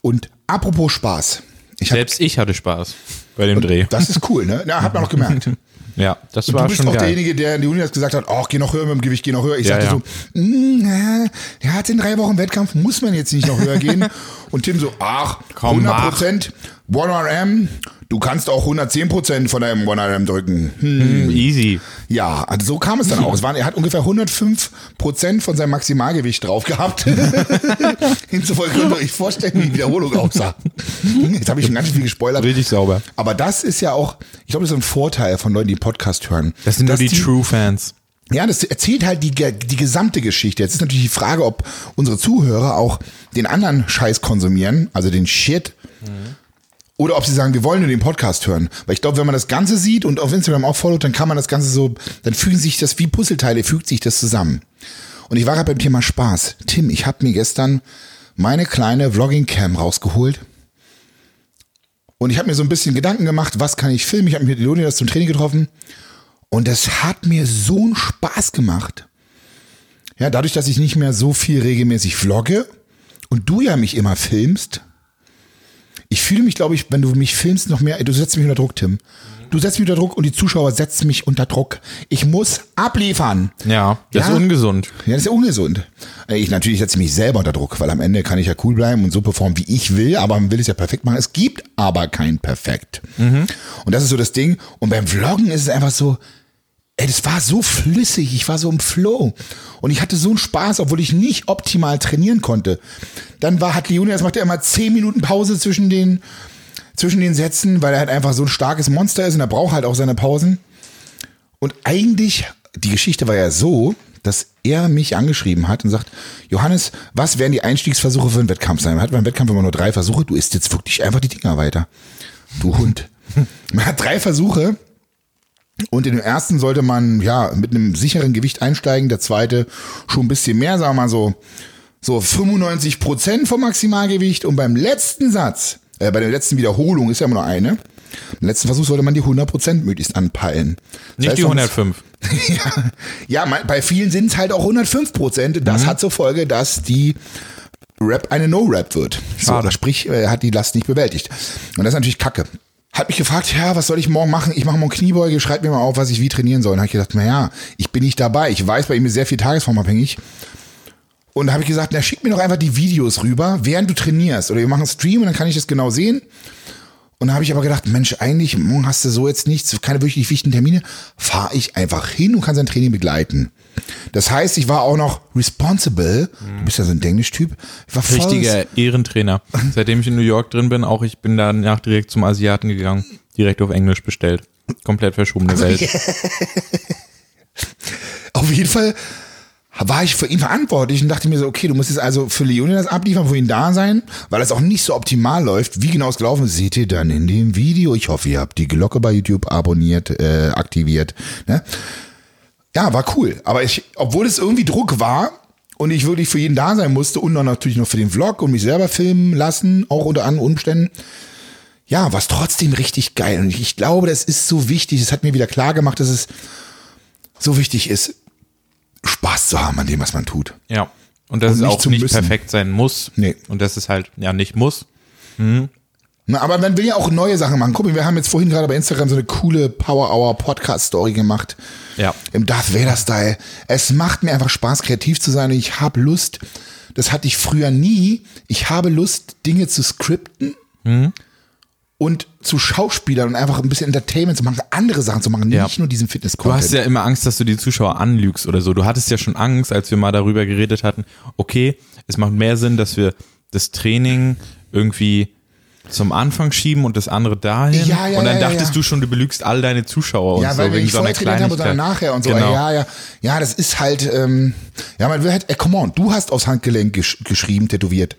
S1: Und apropos Spaß. Ich hab,
S2: Selbst ich hatte Spaß bei dem Dreh.
S1: das ist cool, ne? Na, hat man auch
S2: [laughs]
S1: gemerkt.
S2: Ja, das
S1: Und
S2: war
S1: du bist
S2: schon
S1: auch
S2: geil.
S1: derjenige, der in die Uni das gesagt hat, oh, geh noch höher mit dem Gewicht, geh noch höher. Ich
S2: Ja,
S1: sagte
S2: ja.
S1: so, "Mm, na, der hat in drei Wochen Wettkampf, muss man jetzt nicht noch höher
S2: [laughs]
S1: gehen. Und Tim so, ach,
S2: Komm,
S1: 100 Prozent, 1RM, du kannst auch 110 Prozent von deinem 1RM drücken. Hm.
S2: Hm, Easy.
S1: Ja, also so kam es dann auch. Es waren, er hat ungefähr 105 Prozent von seinem Maximalgewicht drauf gehabt. [laughs] Hinzufolge könnt ihr euch vorstellen, wie die Wiederholung aussah. Jetzt habe ich schon ganz schön viel gespoilert.
S2: Richtig sauber.
S1: Aber das ist ja auch, ich glaube, das ist ein Vorteil von Leuten, die Podcast hören.
S2: Das sind nur
S1: Dass
S2: die True Fans.
S1: Ja, das erzählt halt die, ge- die gesamte Geschichte. Jetzt ist natürlich die Frage, ob unsere Zuhörer auch den anderen Scheiß konsumieren, also den Shit. Oder ob sie sagen, wir wollen nur den Podcast hören. Weil ich glaube, wenn man das Ganze sieht und auf Instagram auch followt, dann kann man das Ganze so, dann fügen sich das wie Puzzleteile, fügt sich das zusammen. Und ich war gerade beim Thema Spaß. Tim, ich habe mir gestern meine kleine Vlogging-Cam rausgeholt. Und ich habe mir so ein bisschen Gedanken gemacht, was kann ich filmen? Ich habe mich mit Leonidas zum Training getroffen. Und das hat mir so einen Spaß gemacht. Ja, dadurch, dass ich nicht mehr so viel regelmäßig vlogge und du ja mich immer filmst. Ich fühle mich, glaube ich, wenn du mich filmst, noch mehr. Du setzt mich unter Druck, Tim. Du setzt mich unter Druck und die Zuschauer setzen mich unter Druck. Ich muss abliefern.
S2: Ja, das
S1: Ja.
S2: ist ungesund.
S1: Ja, das ist ja ungesund. Äh, Ich natürlich setze mich selber unter Druck, weil am Ende kann ich ja cool bleiben und so performen, wie ich will, aber man will es ja perfekt machen. Es gibt aber kein Perfekt. Und das ist so das Ding. Und beim Vloggen ist es einfach so, ey, das war so flüssig, ich war so im Flow. Und ich hatte so einen Spaß, obwohl ich nicht optimal trainieren konnte. Dann war, hat Leonie, das macht er immer 10 Minuten Pause zwischen den, zwischen den Sätzen, weil er halt einfach so ein starkes Monster ist und er braucht halt auch seine Pausen. Und eigentlich, die Geschichte war ja so, dass er mich angeschrieben hat und sagt, Johannes, was werden die Einstiegsversuche für einen Wettkampf sein? Man hat beim Wettkampf immer nur drei Versuche, du isst jetzt wirklich einfach die Dinger weiter. Du
S2: [laughs]
S1: Hund. Man hat drei Versuche und in dem ersten sollte man ja mit einem sicheren Gewicht einsteigen, der zweite schon ein bisschen mehr, sagen wir mal so, so 95 Prozent vom Maximalgewicht und beim letzten Satz, äh, bei der letzten Wiederholung ist ja immer nur eine, im letzten Versuch sollte man die 100 Prozent möglichst anpeilen. Das
S2: Nicht
S1: heißt,
S2: die
S1: man-
S2: 105.
S1: ja, ja man, bei vielen sind es halt auch 105 Prozent. Das hat zur Folge, dass die Rap eine No-Rap wird. So,
S2: Schade.
S1: sprich, er hat die Last nicht bewältigt. Und das ist natürlich kacke. Hat mich gefragt, ja, was soll ich morgen machen? Ich mache morgen Kniebeuge, schreibt mir mal auf, was ich wie trainieren soll. Und habe ich gedacht, naja, ich bin nicht dabei. Ich weiß, bei ihm ist sehr viel tagesformabhängig. Und da habe ich gesagt, na, schick mir doch einfach die Videos rüber, während du trainierst. Oder wir machen einen Stream und dann kann ich das genau sehen. Und da habe ich aber gedacht, Mensch, eigentlich hm, hast du so jetzt nichts, keine wirklich wichtigen Termine, fahre ich einfach hin und kann sein Training begleiten. Das heißt, ich war auch noch responsible. Du bist ja so ein Englisch-Typ. Ich war voll-
S2: Richtiger
S1: [laughs]
S2: Ehrentrainer. Seitdem ich in New York drin bin, auch ich bin danach direkt zum Asiaten gegangen, direkt auf Englisch bestellt. Komplett verschobene
S1: Also
S2: Welt.
S1: Auf jeden Fall war ich für ihn verantwortlich und dachte mir so, okay, du musst jetzt also für Leonidas abliefern, für ihn da sein, weil das auch nicht so optimal läuft. Wie genau es gelaufen ist, seht ihr dann in dem Video. Ich hoffe, ihr habt die Glocke bei YouTube abonniert, äh, aktiviert. Ne? Ja, war cool. Aber ich, obwohl es irgendwie Druck war und ich wirklich für jeden da sein musste und dann natürlich noch für den Vlog und mich selber filmen lassen, auch unter anderen Umständen, ja, war es trotzdem richtig geil. Und ich, ich glaube, das ist so wichtig. Es hat mir wieder klar gemacht, dass es so wichtig ist, Spaß zu haben an dem, was man tut.
S2: Ja. Und dass
S1: Und
S2: es
S1: nicht
S2: auch
S1: zu
S2: nicht
S1: müssen.
S2: perfekt sein muss.
S1: Nee.
S2: Und dass es halt, ja, nicht muss.
S1: Na, aber man will ja auch neue Sachen machen. Guck mal, wir haben jetzt vorhin gerade bei Instagram so eine coole Power Hour Podcast Story gemacht.
S2: Ja.
S1: Im Darth Vader Style. Es macht mir einfach Spaß, kreativ zu sein und ich habe Lust, das hatte ich früher nie, ich habe Lust, Dinge zu skripten
S2: Mhm.
S1: und zu Schauspielern und einfach ein bisschen Entertainment zu machen, andere Sachen zu machen,
S2: Ja.
S1: nicht nur diesen
S2: Du
S1: Fitness-Content.
S2: hast ja immer Angst, dass du die Zuschauer anlügst oder so. Du hattest ja schon Angst, als wir mal darüber geredet hatten, okay, es macht mehr Sinn, dass wir das Training irgendwie zum Anfang schieben und das andere dahin.
S1: Ja, ja,
S2: und dann
S1: ja, ja,
S2: dachtest
S1: ja.
S2: du schon, du belügst all deine Zuschauer
S1: Ja,
S2: und
S1: weil
S2: so
S1: wir
S2: wegen
S1: nicht
S2: so einer
S1: vorher trainiert haben, sondern
S2: Kleinigkeit.
S1: nachher und so.
S2: Genau.
S1: Ja, ja, ja, das ist halt, ähm, ja, man will halt, ey, come on, du hast aufs Handgelenk gesch geschrieben, tätowiert.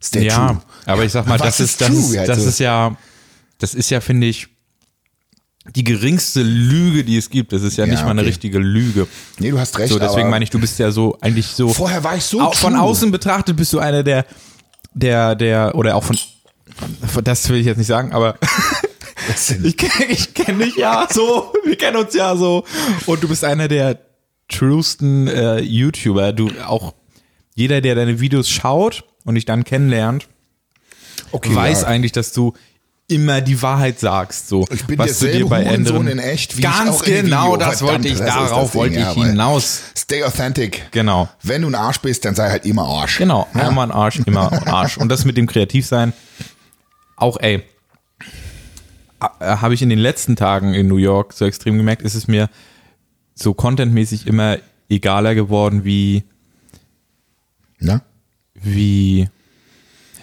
S1: Stay
S2: ja,
S1: true.
S2: aber ich sag mal,
S1: Aber was
S2: das ist,
S1: ist
S2: das,
S1: true,
S2: ist,
S1: halt
S2: das
S1: so?
S2: ist ja, das ist ja, finde ich, die geringste Lüge, die es gibt. Das ist ja,
S1: Ja,
S2: nicht mal eine
S1: okay.
S2: richtige Lüge.
S1: Nee, du hast recht.
S2: So, deswegen
S1: aber
S2: meine ich, du bist ja so, eigentlich so.
S1: Vorher war ich so
S2: Au- Von
S1: true.
S2: außen betrachtet bist du einer der, der, der, oder auch von, von- das will ich jetzt nicht sagen, aber [laughs]
S1: das sind-
S2: ich, kenn- ich kenne
S1: [laughs]
S2: dich ja so, wir kennen uns ja so. Und du bist einer der truesten äh, YouTuber. Du auch, jeder, der deine Videos schaut und dich dann kennenlernt,
S1: okay,
S2: weiß
S1: ja.
S2: eigentlich, dass du immer die Wahrheit sagst. So,
S1: Ich bin
S2: was du
S1: derselbe
S2: dir bei
S1: Hurensohn in
S2: anderen
S1: echt, wie ich
S2: ganz
S1: auch in dem
S2: genau,
S1: Video.
S2: das
S1: Verdammt,
S2: wollte ich
S1: das ist das
S2: darauf
S1: Ding,
S2: wollte ich
S1: jawohl.
S2: hinaus.
S1: Stay authentic.
S2: Genau.
S1: Wenn du ein Arsch bist, dann sei halt immer Arsch.
S2: Genau,
S1: Ja.
S2: einmal ein Arsch, immer ein Arsch. Und das mit dem Kreativsein, auch ey, a- äh, habe ich in den letzten Tagen in New York so extrem gemerkt, ist es mir so contentmäßig immer egaler geworden, wie,
S1: Ja?
S2: wie,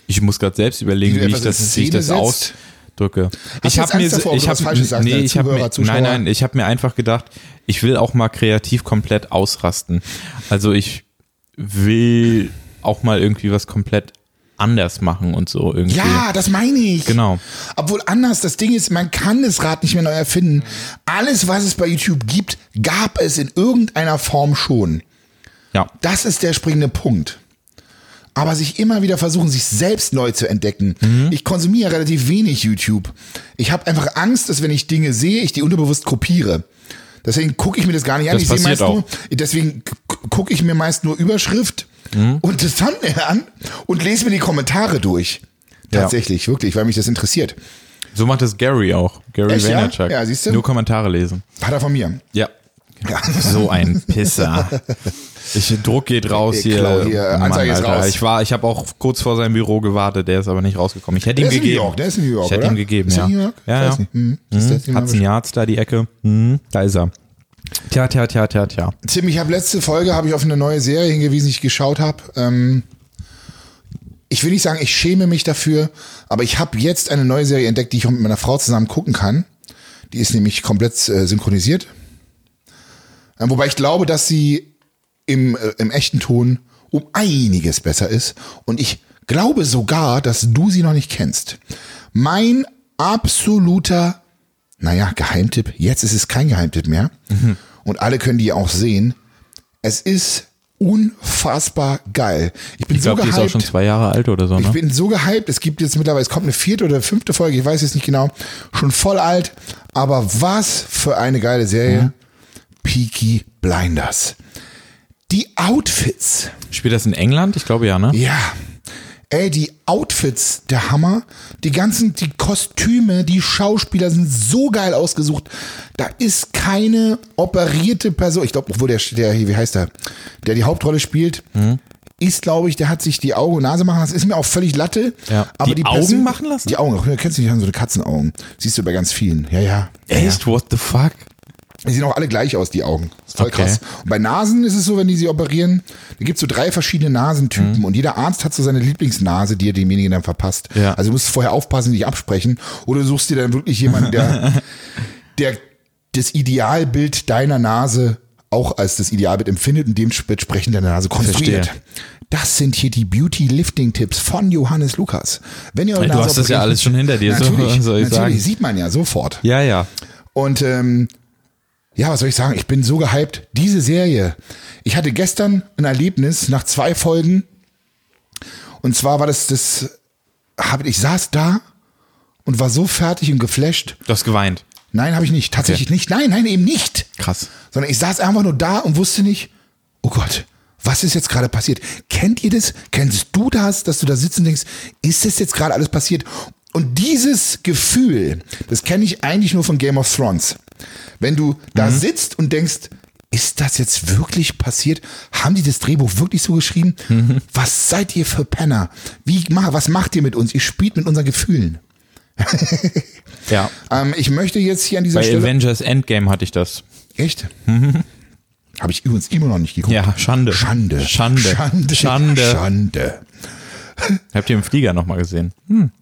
S2: ich muss gerade selbst überlegen,
S1: Wie du
S2: wie ich
S1: etwas in
S2: das, wie ich
S1: Szene
S2: das
S1: setzt?
S2: ausdrücke.
S1: Hast du jetzt
S2: hab
S1: Angst davor, ob du
S2: hab-
S1: was Falsches sagst,
S2: nee,
S1: deine
S2: ich hab
S1: Zuhörer,
S2: mir,
S1: Zuschauer?
S2: nein, nein, ich habe mir einfach gedacht, ich will auch mal kreativ komplett ausrasten. Also ich will auch mal irgendwie was komplett anders machen und so irgendwie.
S1: ja, das meine ich.
S2: Genau.
S1: Obwohl anders, das Ding ist, man kann das Rad nicht mehr neu erfinden. Alles, was es bei YouTube gibt, gab es in irgendeiner Form schon.
S2: Ja.
S1: Das ist der springende Punkt. Aber sich immer wieder versuchen, sich selbst neu zu entdecken.
S2: Mhm.
S1: Ich konsumiere relativ wenig YouTube. Ich habe einfach Angst, dass wenn ich Dinge sehe, ich die unterbewusst kopiere. Deswegen gucke ich mir das gar nicht an.
S2: Das
S1: ich sehe
S2: passiert
S1: meist
S2: auch.
S1: nur, deswegen gucke ich mir meist nur Überschrift
S2: Mhm.
S1: und das Thumbnail an und lese mir die Kommentare durch.
S2: Ja.
S1: Tatsächlich, wirklich, weil mich das interessiert.
S2: So macht es Gary auch. Gary
S1: Echt, ja?
S2: Vaynerchuk.
S1: Ja, siehst du?
S2: Nur Kommentare lesen.
S1: Hat er von mir.
S2: Ja.
S1: Ja.
S2: So ein Pisser. Ich, Druck geht raus
S1: Ey,
S2: hier.
S1: Claudia, Anzeige ist raus.
S2: Ich war, ich habe auch kurz vor seinem Büro gewartet, der ist aber nicht rausgekommen. Ich hätte
S1: Der
S2: ihm
S1: ist in New
S2: gegeben.
S1: York, ne? der ist in New York,
S2: Ich hätte
S1: oder?
S2: ihm gegeben,
S1: Ist der
S2: ja.
S1: in New York? Ich
S2: Ja, Mhm.
S1: weiß
S2: ja.
S1: nicht. Hm. Ist der- den hab
S2: Hudson
S1: ich-
S2: Yards da die Ecke. Hm, da ist er. Tja, tja, tja, tja, tja.
S1: Tim, ich habe letzte Folge habe ich auf eine neue Serie hingewiesen, die ich geschaut habe. Ähm, ich will nicht sagen, ich schäme mich dafür, aber ich habe jetzt eine neue Serie entdeckt, die ich auch mit meiner Frau zusammen gucken kann. Die ist nämlich komplett äh, synchronisiert. Ähm, wobei ich glaube, dass sie im, äh, im echten Ton um einiges besser ist. Und ich glaube sogar, dass du sie noch nicht kennst. Mein absoluter, naja, Geheimtipp. Jetzt ist es kein Geheimtipp mehr.
S2: Mhm.
S1: Und alle können die auch sehen. Es ist unfassbar geil. Ich bin
S2: Ich glaube,
S1: so
S2: die ist auch
S1: gehypt.
S2: schon zwei Jahre alt oder so,
S1: Ich
S2: ne?
S1: bin so gehypt. Es gibt jetzt mittlerweile, es kommt eine vierte oder fünfte Folge, ich weiß jetzt nicht genau. Schon voll alt. Aber was für eine geile Serie. Peaky Blinders. Die Outfits.
S2: Spielt das in England? Ich glaube ja, ne?
S1: Ja. Ey, die Outfits, der Hammer. Die ganzen, die Kostüme, die Schauspieler sind so geil ausgesucht. Da ist keine operierte Person. Ich glaube, obwohl der, der, hier, wie heißt der, der die Hauptrolle spielt,
S2: Mhm.
S1: ist, glaube ich, der hat sich die Augen und Nase machen lassen. Ist mir auch völlig Latte.
S2: Ja.
S1: Aber
S2: Die
S1: die,
S2: Augen
S1: Person-
S2: machen lassen?
S1: Die Augen. Ja, Kennst du nicht, die haben so eine Katzenaugen. Siehst du bei ganz vielen. Ja, ja. Ja, ja.
S2: Echt? What the fuck?
S1: Die sehen auch alle gleich aus, die Augen. Ist voll
S2: Okay.
S1: krass. Und bei Nasen ist es so, wenn die sie operieren, da gibt's so drei verschiedene Nasentypen
S2: Mhm.
S1: und jeder Arzt hat so seine Lieblingsnase, die er demjenigen dann verpasst.
S2: Ja.
S1: Also du musst vorher aufpassen, nicht absprechen. Oder du suchst dir dann wirklich jemanden, der,
S2: [laughs]
S1: der das Idealbild deiner Nase auch als das Idealbild empfindet und dementsprechend deine Nase konstruiert.
S2: Verstehe.
S1: Das sind hier die Beauty-Lifting-Tipps von Johannes Lukas. Wenn ihr eure
S2: Ey, du
S1: Nase
S2: hast das ja
S1: operiert-
S2: alles schon hinter dir, so-
S1: Natürlich,
S2: soll ich
S1: natürlich
S2: sagen.
S1: sieht man ja sofort.
S2: Ja, ja.
S1: Und ähm, ja, was soll ich sagen? Ich bin so gehypt. Diese Serie. Ich hatte gestern ein Erlebnis nach zwei Folgen. Und zwar war das das. Hab, ich saß da und war so fertig und geflasht.
S2: Du hast geweint.
S1: Nein, habe ich nicht. Tatsächlich nicht. Nein, nein, eben nicht.
S2: Krass.
S1: Sondern ich saß einfach nur da und wusste nicht, oh Gott, was ist jetzt gerade passiert? Kennt ihr das? Kennst du das, dass du da sitzt und denkst, ist das jetzt gerade alles passiert? Und dieses Gefühl, das kenne ich eigentlich nur von Game of Thrones. Wenn du da sitzt und denkst, ist das jetzt wirklich passiert? Haben die das Drehbuch wirklich so geschrieben? Was seid ihr für Penner? Wie, ma- was macht ihr mit uns? Ihr spielt mit unseren Gefühlen.
S2: Ja.
S1: Ähm, ich möchte jetzt hier an dieser
S2: Bei
S1: Stelle.
S2: Avengers Endgame hatte ich das.
S1: Echt? [laughs] Habe ich übrigens immer noch nicht geguckt.
S2: Ja, Schande.
S1: Schande.
S2: Schande.
S1: Schande.
S2: Schande.
S1: Schande.
S2: Habt ihr im Flieger nochmal gesehen?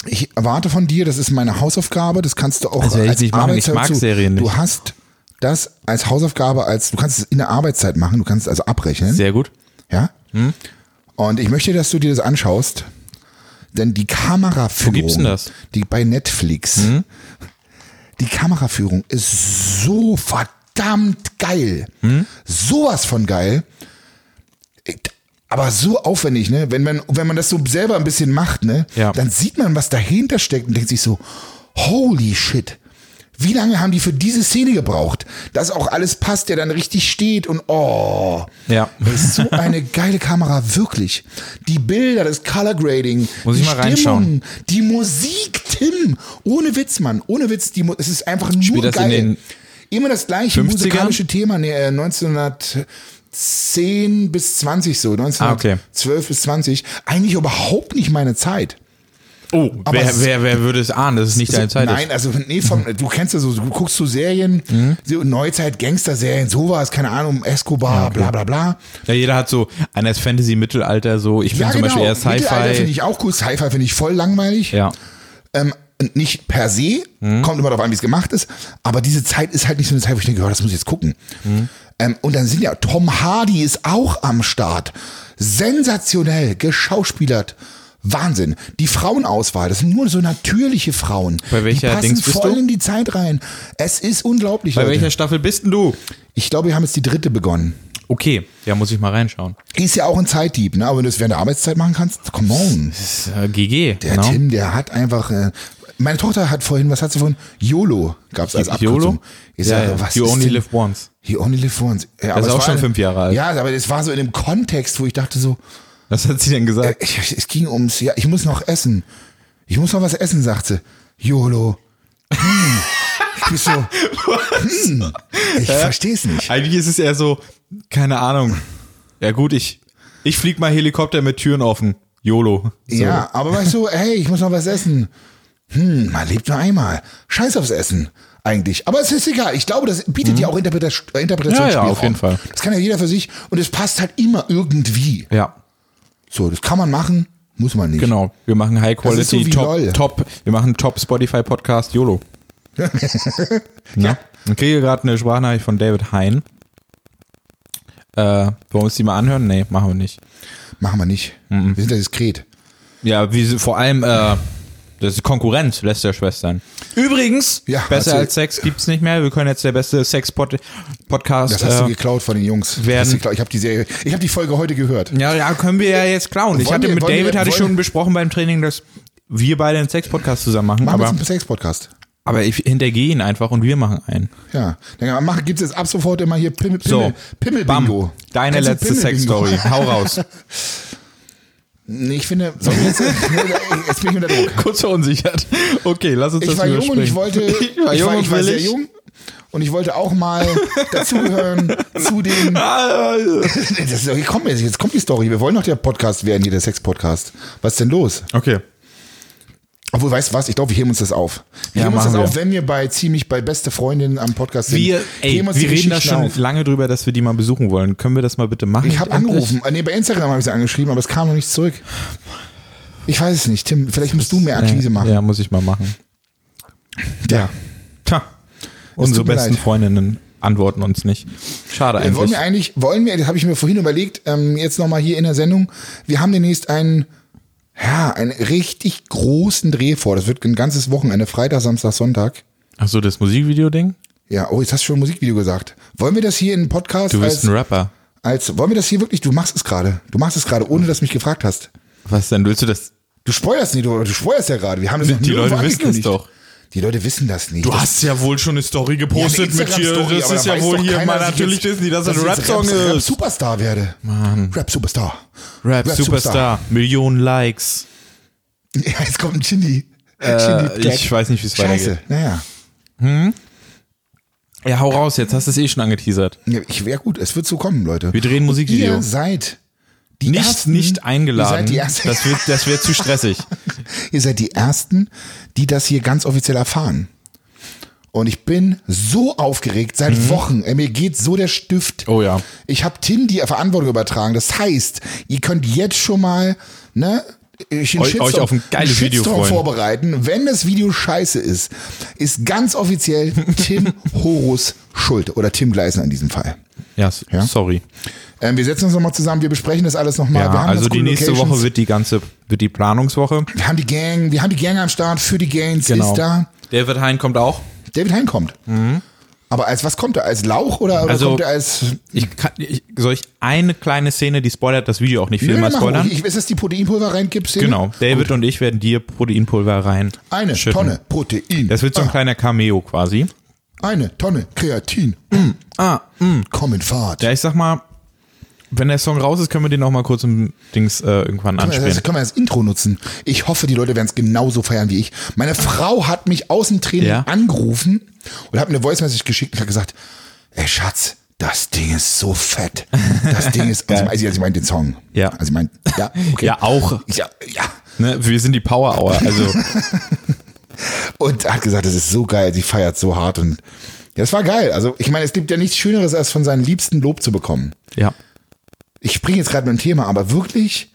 S1: Ich erwarte von dir, das ist meine Hausaufgabe, das kannst du auch
S2: Das werde Also, ich nicht machen, ich
S1: Arbeitszeit
S2: mag
S1: zu-
S2: Serien nicht.
S1: Du hast das als Hausaufgabe, als du kannst es in der Arbeitszeit machen, du kannst es also abrechnen.
S2: Sehr gut.
S1: ja?
S2: Hm?
S1: Und ich möchte, dass du dir das anschaust, denn die Kameraführung,
S2: gibt's denn das? Hm?
S1: die bei Netflix, die Kameraführung ist so verdammt geil.
S2: Hm?
S1: Sowas von geil. Aber so aufwendig, ne? Wenn man, wenn man das so selber ein bisschen macht, ne?
S2: Ja.
S1: Dann sieht man, was dahinter steckt und denkt sich so, holy shit. Wie lange haben die für diese Szene gebraucht? Dass auch alles passt, der dann richtig steht und oh.
S2: Ja.
S1: Das [laughs] ist so eine geile Kamera, wirklich. Die Bilder, das Color Grading,
S2: Muss
S1: die
S2: ich mal reinschauen.
S1: die Musik, Tim. Ohne Witz, Mann. Ohne Witz, die Mu- es ist einfach nur
S2: Spielt das in
S1: geil.
S2: den
S1: Immer das gleiche
S2: 50ern?
S1: musikalische Thema. Nee, äh, 1910 bis 20
S2: Ah,
S1: so. 1912 bis 20. Eigentlich überhaupt nicht meine Zeit.
S2: Oh,
S1: Aber
S2: wer,
S1: es-
S2: wer, wer würde es ahnen, dass es nicht deine Zeit
S1: Nein, also nee,
S2: [laughs]
S1: vom, du kennst ja so, du guckst so Serien,
S2: Mhm.
S1: so Neuzeit, Gangster-Serien, sowas, keine Ahnung, Escobar, bla bla bla.
S2: ist? Ja, jeder hat so, einer ist Fantasy, Mittelalter, so, ich bin
S1: Ja,
S2: zum
S1: genau.
S2: Beispiel eher
S1: Mittelalter finde
S2: Sci-Fi.
S1: ich auch cool. Sci-Fi finde ich voll langweilig.
S2: Ja. Mhm.
S1: Ähm, und nicht per se, kommt immer darauf an, wie es gemacht ist. Aber diese Zeit ist halt nicht so eine Zeit, wo ich denke, oh, das muss ich jetzt gucken.
S2: Mhm.
S1: Ähm, und dann sind ja, Tom Hardy ist auch am Start. Sensationell, geschauspielert. Wahnsinn. Die Frauenauswahl, das sind nur so natürliche Frauen.
S2: Bei welcher
S1: die passen
S2: Dings bist
S1: voll
S2: du?
S1: in die Zeit rein. Es ist unglaublich,
S2: Bei
S1: Leute.
S2: welcher Staffel bist denn du?
S1: Ich glaube, wir haben jetzt die dritte begonnen.
S2: Okay, ja, muss ich mal reinschauen.
S1: Ist ja auch ein Zeitdieb, ne? Aber wenn du es während der Arbeitszeit machen kannst, come on.
S2: Das ist, äh, GG.
S1: Der
S2: genau.
S1: Tim, der hat einfach. Äh, meine Tochter hat vorhin, was hat sie vorhin? YOLO gab es als Abkürzung.
S2: YOLO?
S1: Ich
S2: Ja,
S1: sage,
S2: ja.
S1: was
S2: You
S1: ist
S2: only
S1: denn?
S2: live once.
S1: You only live once. Ja,
S2: ist
S1: es
S2: auch
S1: war-
S2: schon fünf Jahre alt.
S1: Ja, aber das war so in dem Kontext, wo ich dachte so, äh,
S2: Was hat sie denn gesagt?
S1: [laughs] ich, es ging ums, ja, ich muss noch essen. Ich muss noch was essen, sagt sie. YOLO. Hm. Ich bin
S2: [laughs]
S1: so, hm, ich verstehe es nicht.
S2: Eigentlich ist es eher so, keine Ahnung. Ja gut, ich, ich flieg mal Helikopter mit Türen offen. YOLO. So.
S1: Ja, aber weißt du, hey, ich muss noch was essen. Hm, man lebt nur einmal. Scheiß aufs Essen eigentlich. Aber es ist egal. Ich glaube, das bietet ja auch Interpreta äh, Interpretationsspielraum.
S2: Mhm. Ja, ja, auf jeden Fall.
S1: Das kann ja jeder für sich. Und es passt halt immer irgendwie.
S2: Ja,
S1: So, das kann man machen, muss man nicht.
S2: genau. Wir machen High Quality,
S1: ist so wie LOL.
S2: top, top. Wir machen Top Spotify
S1: [laughs]
S2: Podcast YOLO. Na? Ich kriege gerade eine Sprachnachricht von David Hein. Äh, wollen wir uns die mal anhören? Nee, machen wir nicht.
S1: Machen wir nicht.
S2: Mhm.
S1: Wir sind ja diskret.
S2: Ja, wie sie, vor allem, äh, das ist Konkurrent lässt der Schwestern. Übrigens,
S1: Ja, also-
S2: besser
S1: erzähl.
S2: als Sex gibt's nicht mehr. Wir können jetzt der beste Sex-Podcast.
S1: Das hast du
S2: Äh,
S1: geklaut von den Jungs. Das
S2: werden-
S1: hast du geklaut. ich habe die Serie, ich habe die Folge heute gehört.
S2: ja, ja, können wir ja jetzt klauen. Ich
S1: Wollen
S2: hatte
S1: wir-
S2: mit
S1: wollen
S2: David
S1: wir-
S2: hatte ich
S1: wollen-
S2: schon besprochen beim Training, dass wir beide einen Sex-Podcast zusammen machen.
S1: Machen wir
S2: aber
S1: jetzt einen Sex-Podcast.
S2: aber ich hintergehe ihn einfach und wir machen einen.
S1: Ja. Dann mach- gibt's jetzt ab sofort immer hier Pimmel,
S2: So,
S1: Pimmel, Pimmel
S2: bam,
S1: Bingo.
S2: deine
S1: Kennst du
S2: letzte
S1: Pimmel-Bingo?
S2: Sex-Story. Hau
S1: [laughs]
S2: raus.
S1: Nee, Ich finde, sollen wir jetzt, [laughs] jetzt bin ich unter Druck.
S2: Kurz verunsichert. Okay, lass uns
S1: Ich
S2: das
S1: war jung und [laughs]
S2: überspringen.
S1: ich wollte,
S2: [laughs] Ich war jung und
S1: ich war sehr
S2: willig.
S1: jung und ich wollte auch [laughs] mal dazugehören zu den.
S2: [laughs] Ah, äh,
S1: Das ist, doch- komm jetzt, jetzt kommt die Story. Wir wollen doch der Podcast werden hier, der Sex-Podcast. Was ist denn los?
S2: Okay.
S1: Obwohl, weißt du was? Ich glaube, wir heben uns das auf. Wir
S2: Ja,
S1: heben uns das
S2: machen wir.
S1: auf, wenn wir bei ziemlich bei beste Freundinnen am Podcast sind.
S2: Wir, ey,
S1: Heben uns die
S2: wir reden da
S1: Geschichten
S2: schon
S1: auf.
S2: lange drüber, dass wir die mal besuchen wollen. Können wir das mal bitte machen?
S1: Ich habe
S2: Endlich?
S1: angerufen. Äh, Nee, bei Instagram habe ich sie angeschrieben, aber es kam noch nichts zurück. Ich weiß es nicht, Tim. Vielleicht musst du mehr Akquise
S2: Ja,
S1: machen.
S2: Ja, muss ich mal machen.
S1: Ja.
S2: Tja, unsere
S1: tut mir
S2: besten
S1: leid.
S2: Freundinnen antworten uns nicht. Schade
S1: Äh, Wollen
S2: eigentlich.
S1: wir eigentlich, wollen wir, das habe ich mir vorhin überlegt, ähm, jetzt nochmal hier in der Sendung, wir haben demnächst einen, ja, einen richtig großen Dreh vor. Das wird ein ganzes Wochenende, Freitag, Samstag, Sonntag.
S2: Achso, das Musikvideo-Ding?
S1: Ja, oh, jetzt hast du schon ein Musikvideo gesagt. Wollen wir das hier in Podcast
S2: Du bist
S1: als,
S2: ein Rapper.
S1: als, wollen wir das hier wirklich, du machst es gerade. Du machst es gerade, ohne dass du mich gefragt hast.
S2: Was denn? Willst du das?
S1: Du spoilerst nicht, du, du spoilerst ja gerade. Wir haben das noch
S2: Die
S1: nirgendwo
S2: Leute wissen es
S1: angekündigt.
S2: doch.
S1: Die Leute wissen das nicht.
S2: Du
S1: Das-
S2: hast ja wohl schon eine Story gepostet mit
S1: Instagram-Story,
S2: hier. Das
S1: aber
S2: ist
S1: da
S2: ja
S1: weiß
S2: wohl
S1: doch
S2: hier
S1: keiner,
S2: mal
S1: dass ich
S2: natürlich
S1: jetzt-
S2: wissen die, dass das ein
S1: ich jetzt
S2: Rap-Song
S1: Rap- Rap
S2: ist.
S1: Superstar werde. Mann. Rap Superstar.
S2: Rap Superstar, Millionen Likes.
S1: [laughs] Ja, jetzt kommt ein Chindi.
S2: ich weiß nicht, wie es
S1: Äh,
S2: weitergeht.
S1: Scheiße. Naja.
S2: Ja, hau raus, jetzt hast du es eh schon angeteasert.
S1: Ja, Ich wäre gut, es wird so kommen, Leute.
S2: Wir drehen Musikvideo.
S1: Ihr seid die
S2: Nicht,
S1: ersten,
S2: nicht
S1: Ihr seid,
S2: eingeladen.
S1: die ersten,
S2: Das wird, das wird zu stressig.
S1: ihr seid die ersten, die das hier ganz offiziell erfahren. Und ich bin so aufgeregt seit Wochen. Ey, Mir geht so der Stift.
S2: Mhm. Oh ja.
S1: Ich habe Tim die Verantwortung übertragen. Das heißt, ihr könnt jetzt schon mal, ne? Ich
S2: Euch- euch auf ein geiles Video freuen.
S1: vorbereiten. Wenn das Video scheiße ist, ist ganz offiziell
S2: [laughs]
S1: Tim Horus schuld oder Tim Gleisner in diesem Fall.
S2: Ja, s-
S1: Ja?
S2: sorry.
S1: Ähm, wir setzen uns nochmal zusammen, wir besprechen das alles nochmal.
S2: Ja,
S1: wir haben
S2: also
S1: ganz
S2: die
S1: coole
S2: nächste
S1: Locations.
S2: Woche wird die ganze, wird die Planungswoche.
S1: Wir haben die Gang, wir haben die Gang am Start für die Gangs
S2: Genau.
S1: ist da.
S2: David Hein kommt auch.
S1: David Hein kommt. Aber als was kommt er? Als Lauch oder, oder
S2: Mhm. Also-
S1: kommt er als.
S2: Ich kann, ich, soll ich eine kleine Szene, die spoilert das Video auch nicht viel
S1: Nö,
S2: mal
S1: mach
S2: spoilern?
S1: ruhig. Ich, ist das die Proteinpulver reingibst?
S2: Genau. David und ich werden dir Proteinpulver rein.
S1: Eine
S2: schütten.
S1: Tonne Protein.
S2: Das wird so ein
S1: ah,
S2: kleiner Cameo quasi.
S1: eine Tonne Kreatin.
S2: Ah,
S1: Komm in Fahrt. Äh,
S2: ja, ich sag mal, wenn der Song raus ist, können wir den auch mal kurz im Dings äh, irgendwann
S1: Das
S2: anspielen.
S1: heißt, können wir als Intro nutzen. Ich hoffe, die Leute werden es genauso feiern wie ich. Meine Frau hat mich aus dem Training
S2: Ja.
S1: angerufen und hat mir eine Voice-Message geschickt und hat gesagt, ey Schatz, das Ding ist so fett. Das Ding
S2: [laughs]
S1: ist, also, also ich meine den Song.
S2: Ja.
S1: Also ich meine, ja, okay.
S2: Ja, auch.
S1: Ja, ja.
S2: Ne? Wir sind die Power Hour. Also,
S1: Und hat gesagt, das ist so geil, sie feiert so hart und ja, das war geil. Also ich meine, es gibt ja nichts Schöneres, als von seinen Liebsten Lob zu bekommen.
S2: [laughs] ja.
S1: ich springe jetzt gerade mit dem Thema, aber wirklich,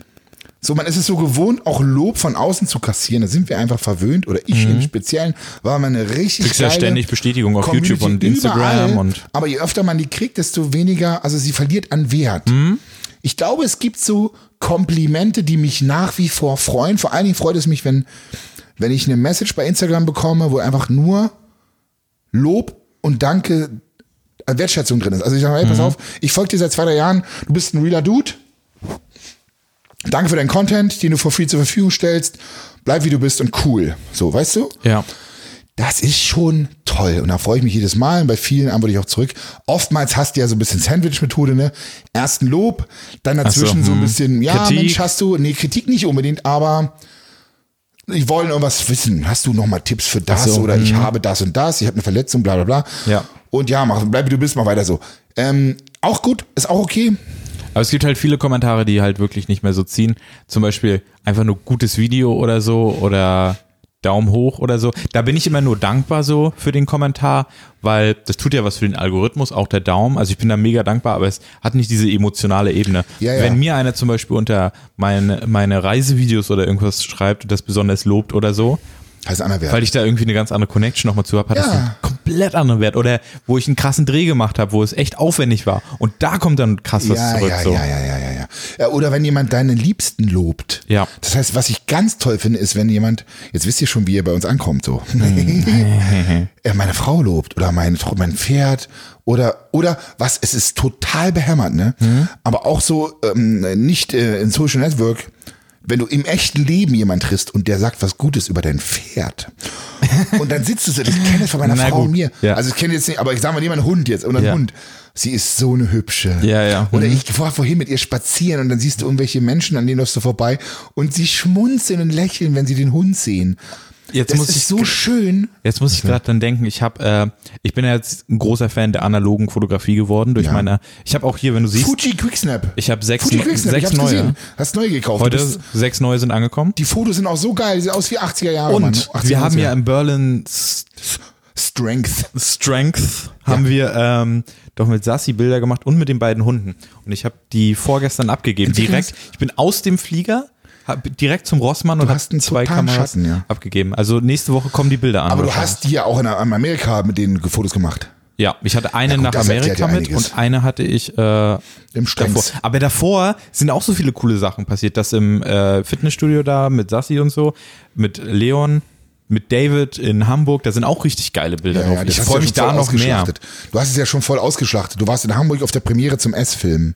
S1: so man ist es so gewohnt, auch Lob von außen zu kassieren. Da sind wir einfach verwöhnt oder ich im Speziellen war man eine richtig
S2: Mhm. Kriegst ja
S1: geile
S2: ständig Bestätigung auf
S1: Community
S2: YouTube und Instagram und-
S1: Aber je öfter man die kriegt, desto weniger, also sie verliert an Wert.
S2: Mhm.
S1: Ich glaube, es gibt so Komplimente, die mich nach wie vor freuen. Vor allen Dingen freut es mich, wenn wenn ich eine Message bei Instagram bekomme, wo einfach nur Lob und Danke, äh, Wertschätzung drin ist. Also ich sage, hey, pass auf, ich folge dir seit zwei, drei Jahren, du bist ein realer Dude. Danke für deinen Content, den du for free zur Verfügung stellst. Bleib wie du bist und cool. So, weißt du?
S2: Ja.
S1: Das ist schon toll. Und da freue ich mich jedes Mal. Und bei vielen antworte ich auch zurück. Oftmals hast du ja so ein bisschen Sandwich-Methode, ne? Erst ein Lob, dann dazwischen so,
S2: hm.
S1: ein bisschen, ja,
S2: Kritik.
S1: Mensch, hast du, nee, Kritik nicht unbedingt, aber ich wollen irgendwas wissen. Hast du nochmal Tipps für das
S2: Ach so, hm.
S1: oder ich habe das und das, ich habe eine Verletzung, bla, bla, bla.
S2: Ja.
S1: Und ja, mach, bleib wie du bist, mach weiter so. Ähm, auch gut, ist auch okay.
S2: Aber es gibt halt viele Kommentare, die halt wirklich nicht mehr so ziehen. Zum Beispiel einfach nur gutes Video oder so oder Daumen hoch oder so. Da bin ich immer nur dankbar so für den Kommentar, weil das tut ja was für den Algorithmus, auch der Daumen. Also ich bin da mega dankbar, aber es hat nicht diese emotionale Ebene.
S1: Ja, ja.
S2: Wenn mir einer zum Beispiel unter meine, meine Reisevideos oder irgendwas schreibt und das besonders lobt oder so,
S1: Heißt einer Wert.
S2: weil ich da irgendwie eine ganz andere Connection nochmal zu habe, hat das
S1: Ja.
S2: einen komplett anderen Wert. Oder wo ich einen krassen Dreh gemacht habe, wo es echt aufwendig war. Und da kommt dann krass was
S1: ja,
S2: zurück.
S1: ja,
S2: so.
S1: ja, ja, ja, ja, ja. Ja, Oder wenn jemand deinen Liebsten lobt.
S2: Ja.
S1: Das heißt, was ich ganz toll finde, ist, wenn jemand, jetzt wisst ihr schon, wie ihr bei uns ankommt, so.
S2: Hm.
S1: [laughs] Äh, meine Frau lobt oder mein, Fr- mein Pferd oder, oder was, es ist total behämmert, ne?
S2: Hm.
S1: Aber auch so, ähm, nicht äh, in Social Network. Wenn du im echten Leben jemand triffst und der sagt was Gutes über dein
S2: [laughs]
S1: Pferd und dann sitzt du so, das kenne ich von meiner
S2: Na
S1: Frau
S2: gut,
S1: und mir.
S2: ja.
S1: Also ich kenne jetzt nicht, aber ich sage mal jemand Hund jetzt oder
S2: Ja.
S1: Hund. Sie ist so eine hübsche.
S2: Ja, ja.
S1: Oder
S2: Mhm.
S1: ich war vorhin mit ihr spazieren und dann siehst du irgendwelche Menschen, an denen läufst du vorbei und sie schmunzeln und lächeln, wenn sie den Hund sehen.
S2: Jetzt
S1: Das
S2: muss
S1: ist
S2: ich
S1: so schön.
S2: Jetzt muss ich gerade dann denken, ich habe, äh, ich bin ja jetzt ein großer Fan der analogen Fotografie geworden durch
S1: Ja.
S2: meine. Ich habe auch hier, wenn du siehst,
S1: Fuji Quicksnap.
S2: ich habe sechs,
S1: Fuji Quicksnap, ich
S2: sechs
S1: hab's
S2: neue.
S1: gesehen. Hast neu gekauft.
S2: Heute
S1: Du bist,
S2: sechs neue sind angekommen.
S1: die Fotos sind auch so geil, die sehen aus wie 80er Jahre. Mann.
S2: Und
S1: 80er,
S2: wir haben
S1: 90er.
S2: ja im Berlin S-
S1: Strength.
S2: Strength haben wir ähm, doch mit Sassi Bilder gemacht und mit den beiden Hunden. Und ich habe die vorgestern abgegeben.
S1: Entwicklungs-
S2: Direkt, ich bin aus dem Flieger. Hab direkt zum Rossmann und
S1: hast
S2: hast
S1: einen
S2: zwei
S1: totalen
S2: Kameras
S1: Schatten, ja.
S2: abgegeben. Also nächste Woche kommen die Bilder an.
S1: Aber du
S2: wahrscheinlich.
S1: hast die ja auch in in Amerika mit denen Fotos gemacht.
S2: Ja, ich hatte eine
S1: gut,
S2: nach
S1: das erklärt
S2: Amerika
S1: ja
S2: mit
S1: einiges.
S2: und eine hatte ich äh,
S1: Im
S2: davor.
S1: Strengs.
S2: Aber davor sind auch so viele coole Sachen passiert, dass im äh, Fitnessstudio da mit Sassi und so, mit Leon, mit David in Hamburg, da sind auch richtig geile Bilder drauf.
S1: das
S2: ich
S1: hast
S2: freue
S1: du
S2: mich
S1: schon
S2: da
S1: voll
S2: noch mehr.
S1: ausgeschlachtet. Du hast es ja schon voll ausgeschlachtet. Du warst in Hamburg auf der Premiere zum S-Film.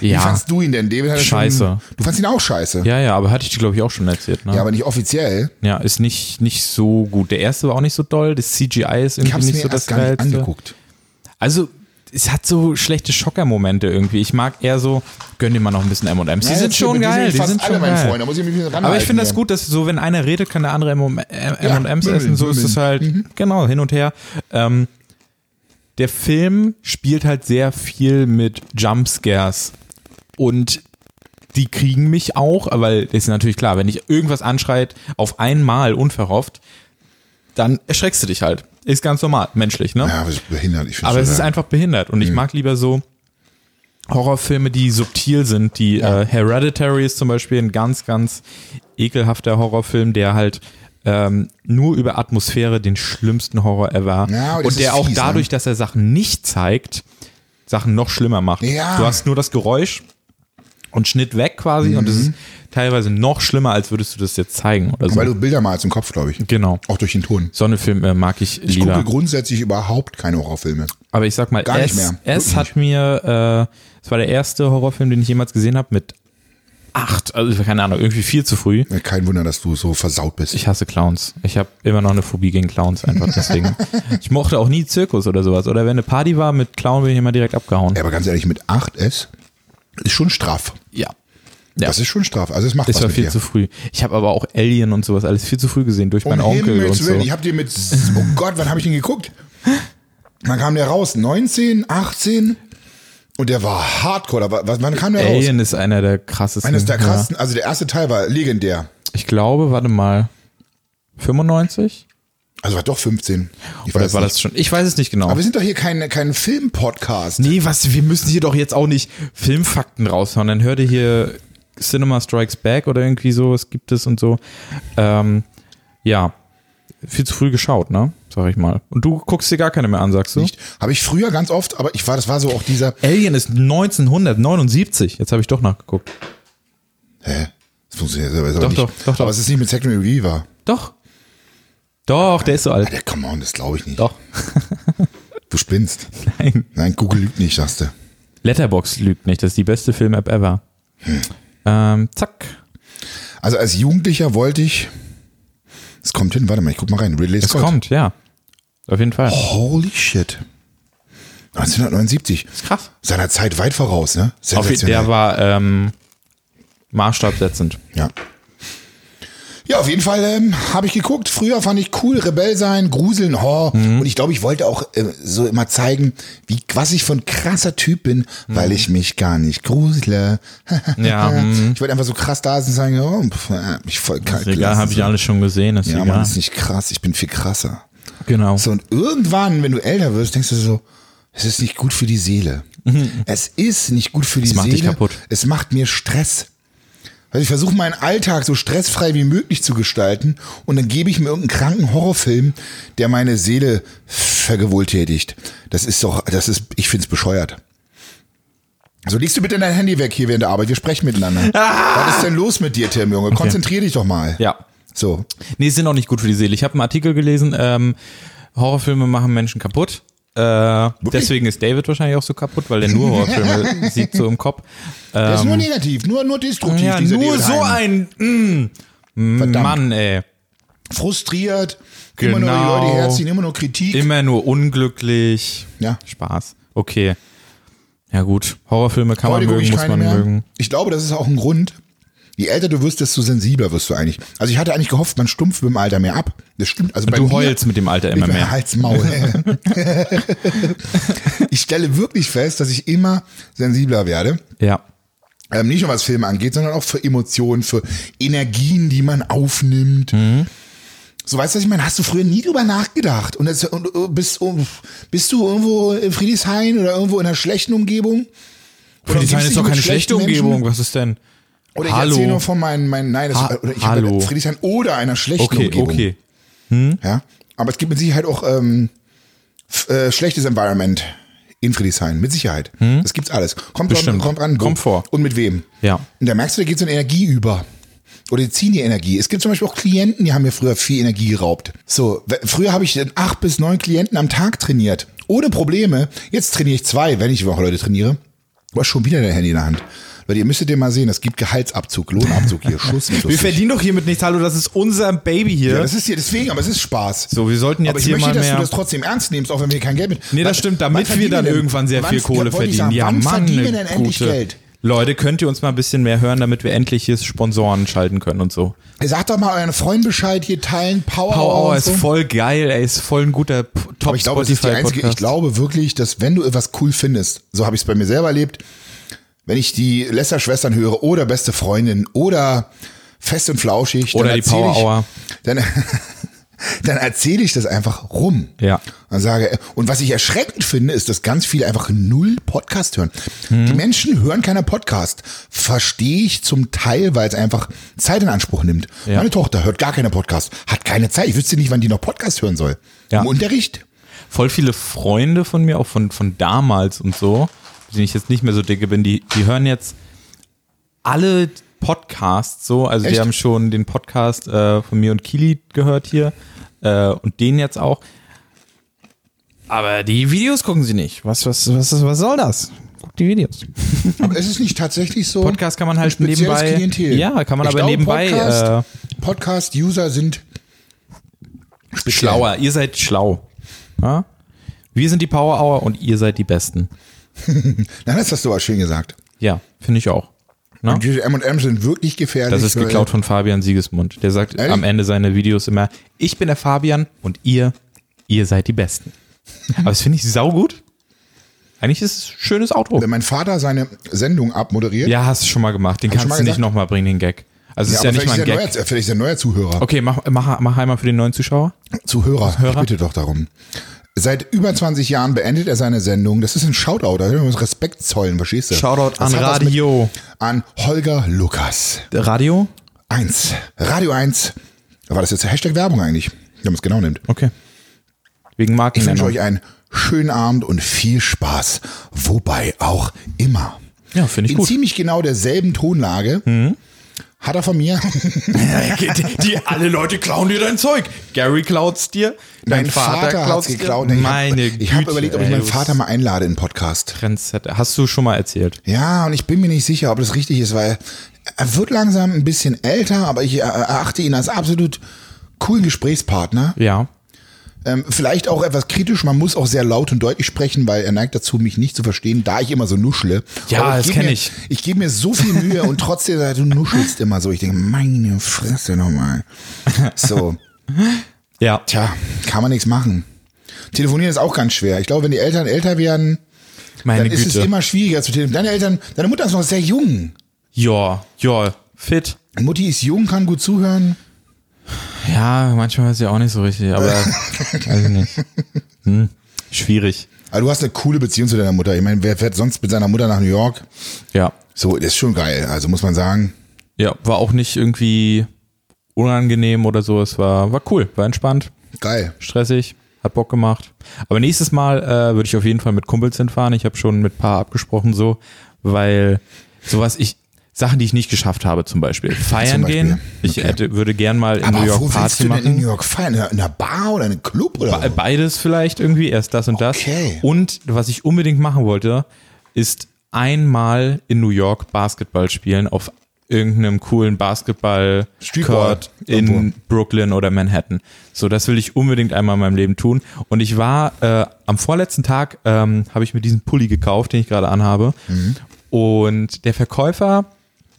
S1: Wie
S2: Ja.
S1: fandst du ihn denn? David hat ja
S2: Scheiße.
S1: Schon, du fandst ihn auch scheiße.
S2: ja, ja, aber hatte ich dir, glaube ich, auch schon erzählt. Ne?
S1: ja,
S2: Ja,
S1: aber nicht offiziell.
S2: ist nicht, nicht so gut. Der erste war auch nicht so doll, das CGI ist
S1: Ich
S2: irgendwie
S1: hab's
S2: nicht
S1: mir
S2: so das
S1: erst gar nicht
S2: Geilste.
S1: angeguckt.
S2: Also, es hat so schlechte Schockermomente irgendwie. Ich mag eher so, gönn dir mal noch ein bisschen M&M's. Die
S1: Ja,
S2: sind
S1: jetzt
S2: schon
S1: mit- Die
S2: geil,
S1: sind,
S2: die
S1: fast
S2: sind
S1: alle
S2: schon
S1: meine
S2: geil.
S1: Freunde. Da muss ich mich ein bisschen
S2: Aber ich finde das
S1: ranhalten
S2: gut, dass so, wenn einer redet, kann der andere M&M- äh, M&Ms
S1: bimmeln,
S2: essen. So ist es
S1: bimmeln.
S2: halt, genau, hin und her. Ähm, der Film spielt halt sehr viel mit Jumpscares. Und die kriegen mich auch, weil ist natürlich klar, wenn ich irgendwas anschreit, auf einmal unverhofft, dann erschreckst du dich halt. Ist ganz normal, menschlich, ne?
S1: hier. Ja, aber es ist behindert. Ich find's
S2: Aber es ist
S1: total-
S2: einfach behindert. Und
S1: Mhm.
S2: ich mag lieber so Horrorfilme, die subtil sind. Die äh, Hereditary ist zum Beispiel ein ganz, ganz ekelhafter Horrorfilm, der halt ähm, nur über Atmosphäre den schlimmsten Horror ever.
S1: Ja, aber das
S2: und der
S1: ist
S2: auch
S1: fies, ne?
S2: dadurch, dass er Sachen nicht zeigt, Sachen noch schlimmer macht.
S1: Ja.
S2: Du hast nur das Geräusch und Schnitt weg quasi. Und
S1: Mhm.
S2: es ist teilweise noch schlimmer, als würdest du das jetzt zeigen oder so.
S1: Weil du Bilder malst im Kopf, glaube ich.
S2: Genau.
S1: Auch durch den Ton.
S2: So eine Filme mag ich
S1: Ich
S2: lieber.
S1: gucke grundsätzlich überhaupt keine Horrorfilme.
S2: Aber ich sag mal,
S1: Gar nicht
S2: S,
S1: mehr.
S2: S
S1: Wirklich
S2: hat mir, äh, es war der erste Horrorfilm, den ich jemals gesehen habe, mit acht, also keine Ahnung, irgendwie viel zu früh.
S1: Ja, Kein Wunder, dass du so versaut bist.
S2: Ich hasse Clowns. Ich habe immer noch eine Phobie gegen Clowns, einfach
S1: [laughs]
S2: deswegen. ich mochte auch nie Zirkus oder sowas. Oder wenn eine Party war mit Clown, bin ich immer direkt abgehauen.
S1: Ja, aber ganz ehrlich, mit 8S ist schon straff.
S2: Ja.
S1: Das ist schon straff. Also es macht
S2: Das
S1: was
S2: war
S1: mit
S2: viel
S1: dir.
S2: zu früh. Ich habe aber auch Alien und sowas alles viel zu früh gesehen, durch meinen Onkel und
S1: Um Himmels
S2: so.
S1: Willen, ich hab dir mit, oh Gott, wann habe ich ihn geguckt? Wann kam der raus? 19, 18? Und der war hardcore. Aber was- wann kam der raus?
S2: Alien ist einer der krassesten.
S1: Eines der
S2: ja.
S1: krassesten, also der erste Teil war legendär.
S2: Ich glaube, warte mal, 95?
S1: Also war doch 15. Ich
S2: Oder
S1: weiß
S2: war
S1: nicht.
S2: das schon? Ich weiß es nicht genau.
S1: Aber wir sind doch hier kein, kein Film-Podcast.
S2: Nee, was, wir müssen hier doch jetzt auch nicht Filmfakten raushauen. Dann hört ihr hier Cinema Strikes Back oder irgendwie so, es gibt es und so. Ähm, ja, viel zu früh geschaut, ne? Sag ich mal. Und du guckst dir gar keine mehr an, sagst du?
S1: Habe ich früher ganz oft, aber ich war, das war so auch dieser,
S2: Alien ist 1979. Jetzt habe ich doch nachgeguckt.
S1: hä? Das funktioniert aber
S2: Doch,
S1: nicht.
S2: doch, doch, doch.
S1: Aber es ist nicht mit Second Review war.
S2: Doch. Doch, der ist so alt.
S1: Alter, come on, das glaube ich nicht.
S2: Doch.
S1: Du spinnst.
S2: Nein.
S1: Nein, Google lügt nicht, sagst du.
S2: Letterbox lügt nicht. Das ist die beste Film-App ever. Ähm, zack.
S1: Also als Jugendlicher wollte ich, es kommt hin, warte mal, ich guck mal rein. Ridley
S2: Es
S1: Scott.
S2: kommt, Oh. ja. Auf jeden Fall.
S1: Holy shit. 1979.
S2: krass.
S1: Seiner Zeit weit voraus, ne?
S2: Auf jeden, der war ähm, maßstabsetzend.
S1: Ja. Ja, auf jeden Fall ähm, habe ich geguckt. Früher fand ich cool, Rebell sein, Gruseln, ho.
S2: Mhm.
S1: Und ich glaube, ich wollte auch äh, so immer zeigen, wie, was ich für ein krasser Typ bin,
S2: Mhm.
S1: weil ich mich gar nicht grusle.
S2: Ja, mhm.
S1: ich wollte einfach so krass da sein und sagen, oh, pf, äh, ich voll kalt.
S2: Egal, habe ich alles schon gesehen, ist
S1: Ja,
S2: egal.
S1: man ist nicht krass, ich bin viel krasser.
S2: genau.
S1: So, und irgendwann, wenn du älter wirst, denkst du so, es ist nicht gut für die Seele. Es ist nicht gut für die
S2: Mhm. macht
S1: Seele.
S2: dich kaputt.
S1: Es macht mir Stress. Also ich versuche meinen Alltag so stressfrei wie möglich zu gestalten und dann gebe ich mir irgendeinen kranken Horrorfilm, der meine Seele vergewohltätigt. Das ist doch, das ist, ich find's bescheuert. So, legst du bitte dein Handy weg hier während der Arbeit, wir sprechen
S2: [laughs]
S1: miteinander. Was ist denn los mit dir, Tim, Junge? Konzentrier dich doch mal.
S2: Ja.
S1: So,
S2: Nee, sind auch nicht gut für die Seele. Ich habe einen Artikel gelesen, ähm, Horrorfilme machen Menschen kaputt. Äh, deswegen ist David wahrscheinlich auch so kaputt,
S1: [laughs]
S2: weil der nur Horrorfilme sieht so im Kopf.
S1: das ist nur negativ, nur, nur destruktiv.
S2: Ähm. Ja,
S1: dieser
S2: nur
S1: Deal
S2: so
S1: Heim.
S2: ein
S1: Verdammt.
S2: eh Mm. Mann, ey.
S1: Frustriert, immer nur die
S2: Genau.
S1: Leute herziehen, immer nur Kritik.
S2: Immer nur unglücklich.
S1: ja.
S2: Spaß. Okay. Ja gut, Horrorfilme kann
S1: Heute
S2: man
S1: gucke
S2: mögen,
S1: ich
S2: muss
S1: keine
S2: man
S1: mehr.
S2: mögen.
S1: Ich glaube, das ist auch ein Grund. Je älter du wirst, desto sensibler wirst du eigentlich. Also ich hatte eigentlich gehofft, man stumpft mit dem Alter mehr ab. Das stimmt. Also bei
S2: Du
S1: mir-
S2: heulst mit dem Alter immer
S1: Ich- halt-
S2: mehr.
S1: Halt's Maul.
S2: [laughs]
S1: [laughs] ich stelle wirklich fest, dass ich immer sensibler werde.
S2: Ja.
S1: Ähm, nicht nur was Filme angeht, sondern auch für Emotionen, für Energien, die man aufnimmt.
S2: Mhm.
S1: So weißt du, was ich meine? Hast du früher nie drüber nachgedacht? Und, jetzt, und äh, bist, um, bist du irgendwo in Friedrichshain oder irgendwo in einer schlechten Umgebung?
S2: Für die
S1: umgibst
S2: Zeit
S1: dich
S2: ist doch
S1: mit
S2: keine
S1: schlechten
S2: schlechte
S1: Menschen?
S2: Umgebung. Was ist denn?
S1: Oder ich
S2: Hallo.
S1: erzähle nur von meinen, meinen nein, das
S2: Ha-
S1: oder ich
S2: Hallo.
S1: habe Friedrichshain oder einer schlechten
S2: Okay,
S1: Umgebung.
S2: okay. Mhm.
S1: Ja? Aber es gibt mit Sicherheit auch ähm, f- äh, schlechtes Environment in Friedrichshain, mit Sicherheit. Das gibt's alles. Kommt dran,
S2: Mhm. Bestimmt.
S1: kommt an, wo
S2: Kommt vor.
S1: Und mit wem?
S2: Ja.
S1: Und da merkst du, da geht so eine Energie über. Oder die ziehen die Energie. Es gibt zum Beispiel auch Klienten, die haben mir früher viel Energie geraubt. So, w- früher habe ich dann acht bis neun Klienten am Tag trainiert. Ohne Probleme. Jetzt trainiere ich zwei, wenn ich überhaupt Leute trainiere. Du hast schon wieder dein Handy in der Hand. Leute, ihr müsstet den mal sehen, es gibt Gehaltsabzug, Lohnabzug
S2: [laughs]
S1: hier, Schuss. mit
S2: Wir
S1: lustig.
S2: verdienen doch hiermit nichts. Hallo, das ist unser Baby hier.
S1: Ja, das ist hier deswegen, aber es ist Spaß.
S2: so, wir sollten jetzt
S1: Aber ich
S2: hier
S1: möchte,
S2: mal
S1: dass du
S2: mehr.
S1: das trotzdem ernst nimmst, auch wenn wir kein Geld mit.
S2: Nee, das
S1: Wann-
S2: stimmt,
S1: wann
S2: damit wir
S1: verdienen
S2: dann
S1: denn-
S2: irgendwann sehr
S1: wann-
S2: viel
S1: ja,
S2: Kohle
S1: wollte ich
S2: verdienen.
S1: sagen,
S2: Ja,
S1: wann
S2: Mann,
S1: verdienen wir
S2: eine
S1: denn endlich
S2: gute.
S1: Geld?
S2: Leute, könnt ihr uns mal ein bisschen mehr hören, damit wir endlich hier Sponsoren schalten können und so.
S1: Sagt doch mal euren Freunden Bescheid, hier teilen, Power,
S2: Power Hour
S1: und
S2: ist
S1: so.
S2: voll geil, ey, ist voll ein guter P-
S1: Aber
S2: Top
S1: ich glaube, das ist die
S2: Spotify
S1: einzige, ich
S2: Podcast.
S1: glaube wirklich, dass wenn du etwas cool findest, so habe ich es bei mir selber erlebt, wenn ich die Lester-Schwestern höre oder beste Freundin oder fest und flauschig,
S2: Oder
S1: dann
S2: die
S1: erzähle
S2: Power Hour.
S1: ich, dann, [laughs] dann erzähle ich das einfach rum.
S2: Ja.
S1: Und sage, und was ich erschreckend finde, ist, dass ganz viele einfach null Podcast hören.
S2: Mhm.
S1: Die Menschen hören keine Podcast. Verstehe ich zum Teil, weil es einfach Zeit in Anspruch nimmt.
S2: Ja.
S1: Meine Tochter hört gar keine Podcast, hat keine Zeit. Ich wüsste nicht, wann die noch Podcast hören soll.
S2: Ja.
S1: Im Unterricht?
S2: Voll viele Freunde von mir, auch von, von damals und so, mit denen ich jetzt nicht mehr so dicke bin, die, die hören jetzt alle Podcasts so. Also
S1: Echt?
S2: die haben schon den Podcast äh, von mir und Kili gehört hier äh, und den jetzt auch. Aber die Videos gucken sie nicht. Was, was, was, was soll das? Guck die Videos.
S1: Aber ist es nicht tatsächlich so?
S2: Podcast kann man halt
S1: Spezielles
S2: nebenbei.
S1: Klientel.
S2: Ja, kann man
S1: Ich
S2: aber
S1: glaube,
S2: nebenbei.
S1: Podcast-
S2: Äh,
S1: Podcast-User sind speziell.
S2: Schlauer, ihr seid schlau. Ja? Wir sind die Power Hour und ihr seid die Besten.
S1: Nein, das hast du aber schön gesagt.
S2: Ja, finde ich auch. Na?
S1: Und diese M&M sind wirklich gefährlich.
S2: Das ist
S1: weil-
S2: geklaut von Fabian Siegesmund. Der sagt
S1: Ehrlich?
S2: am Ende seiner Videos immer, ich bin der Fabian und ihr, ihr seid die Besten. Aber das finde ich saugut. Eigentlich ist es ein schönes Outro.
S1: Wenn mein Vater seine Sendung abmoderiert,
S2: Ja, hast du schon mal gemacht. Den
S1: ich schon
S2: kannst
S1: mal
S2: du nicht
S1: gesagt?
S2: nochmal bringen, den Gag. Also es
S1: aber
S2: ist ja nicht
S1: vielleicht,
S2: mal
S1: ist
S2: ein
S1: er
S2: Gag.
S1: neuer, vielleicht ist er ein neuer Zuhörer.
S2: Okay, mach, mach, mach einmal für den neuen Zuschauer.
S1: Zuhörer, ich bitte doch darum. Seit über 20 Jahren beendet er seine Sendung. Das ist ein Shoutout, da müssen wir uns Respekt zollen, verstehst du? Das hat was mit- An Holger Lukas.
S2: Radio?
S1: 1. Radio 1. War das jetzt Hashtag Werbung eigentlich? Wenn man es genau nimmt.
S2: Okay. Wegen
S1: Ich wünsche
S2: Markennennung.
S1: euch einen schönen Abend und viel Spaß, wobei auch immer.
S2: Ja, finde ich
S1: In
S2: gut. Mhm.
S1: ziemlich genau derselben Tonlage hat er von mir
S2: Die, [laughs] die, die- alle Leute klauen dir dein Zeug. Gary klaut's dir.
S1: Mein Vater, hat's
S2: dir.
S1: geklaut. Ich hab-
S2: Meine Güte.
S1: Ich habe überlegt, ob ich
S2: ey,
S1: meinen
S2: du
S1: Vater mal einlade in den Podcast.
S2: Trendsetter. Hast du schon mal erzählt?
S1: Ja, und ich bin mir nicht sicher, ob das richtig ist, weil er wird langsam ein bisschen älter, aber ich äh, erachte ihn als absolut coolen Gesprächspartner.
S2: Ja.
S1: Ähm, vielleicht auch etwas kritisch, man muss auch sehr laut und deutlich sprechen, weil er neigt dazu, mich nicht zu verstehen, da ich immer so nuschle.
S2: Ja,
S1: Aber
S2: das
S1: geb
S2: kenn
S1: mir-
S2: ich.
S1: Ich gebe mir so viel Mühe und trotzdem, sagt er, du nuschelst immer so. Ich denke, meine Fresse nochmal. So.
S2: Ja.
S1: Tja, kann man nichts machen. Telefonieren ist auch ganz schwer. Ich glaube, wenn die Eltern älter werden,
S2: Meine
S1: dann ist es
S2: Güte.
S1: immer schwieriger zu telefonieren. Deine Eltern, deine Mutter ist noch sehr jung.
S2: Ja, ja. Fit.
S1: Mutti ist jung, kann gut zuhören.
S2: Ja, manchmal weiß ich auch nicht so richtig,
S1: [laughs]
S2: aber weiß ich nicht. Hm. Schwierig.
S1: Aber du hast eine coole Beziehung zu deiner Mutter. Ich meine, wer fährt sonst mit seiner Mutter nach New York?
S2: Ja.
S1: So, das ist schon geil. Also muss man sagen,
S2: Ja, war auch nicht irgendwie unangenehm oder so. Es war, war cool, war entspannt,
S1: Geil.
S2: stressig, hat Bock gemacht. Aber nächstes Mal äh, würde ich auf jeden Fall mit Kumpels hinfahren. Ich habe schon mit paar abgesprochen so, weil sowas ich Sachen, die ich nicht geschafft habe, zum Beispiel feiern
S1: Zum Beispiel.
S2: gehen. Ich
S1: Okay.
S2: hätte, würde gern mal in
S1: Aber
S2: New
S1: wo
S2: York
S1: willst
S2: Party
S1: du denn in
S2: machen.
S1: New York feiern? In einer- in einer Bar oder in einem Club oder?
S2: Be-
S1: wo?
S2: Beides vielleicht irgendwie, erst das und das.
S1: Okay.
S2: Und was ich unbedingt machen wollte, ist einmal in New York Basketball spielen auf irgendeinem coolen Basketball
S1: Streetball
S2: Court in
S1: irgendwo.
S2: Brooklyn oder Manhattan. So, das will ich unbedingt einmal in meinem Leben tun. Und ich war äh, am vorletzten Tag ähm, habe ich mir diesen Pulli gekauft, den ich gerade anhabe. Und der Verkäufer,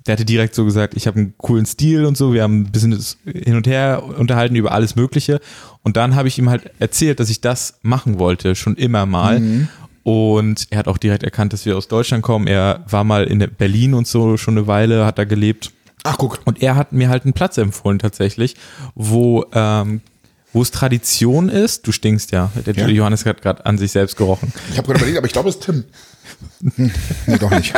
S2: der hatte direkt so gesagt, ich habe einen coolen Stil und so. Wir haben ein bisschen das hin und her unterhalten über alles Mögliche. Und dann habe ich ihm halt erzählt, dass ich das machen wollte, schon immer mal. Und er hat auch direkt erkannt, dass wir aus Deutschland kommen. Er war mal in Berlin und so schon eine Weile, hat da gelebt.
S1: Ach, guck.
S2: Und er hat mir halt einen Platz empfohlen tatsächlich, wo ähm, wo es Tradition ist. Du stinkst ja. Der
S1: Ja.
S2: Johannes hat gerade an sich selbst gerochen.
S1: Ich habe gerade überlegt, aber ich glaube, es ist Tim. Hm, nee, doch
S2: [laughs]
S1: nicht.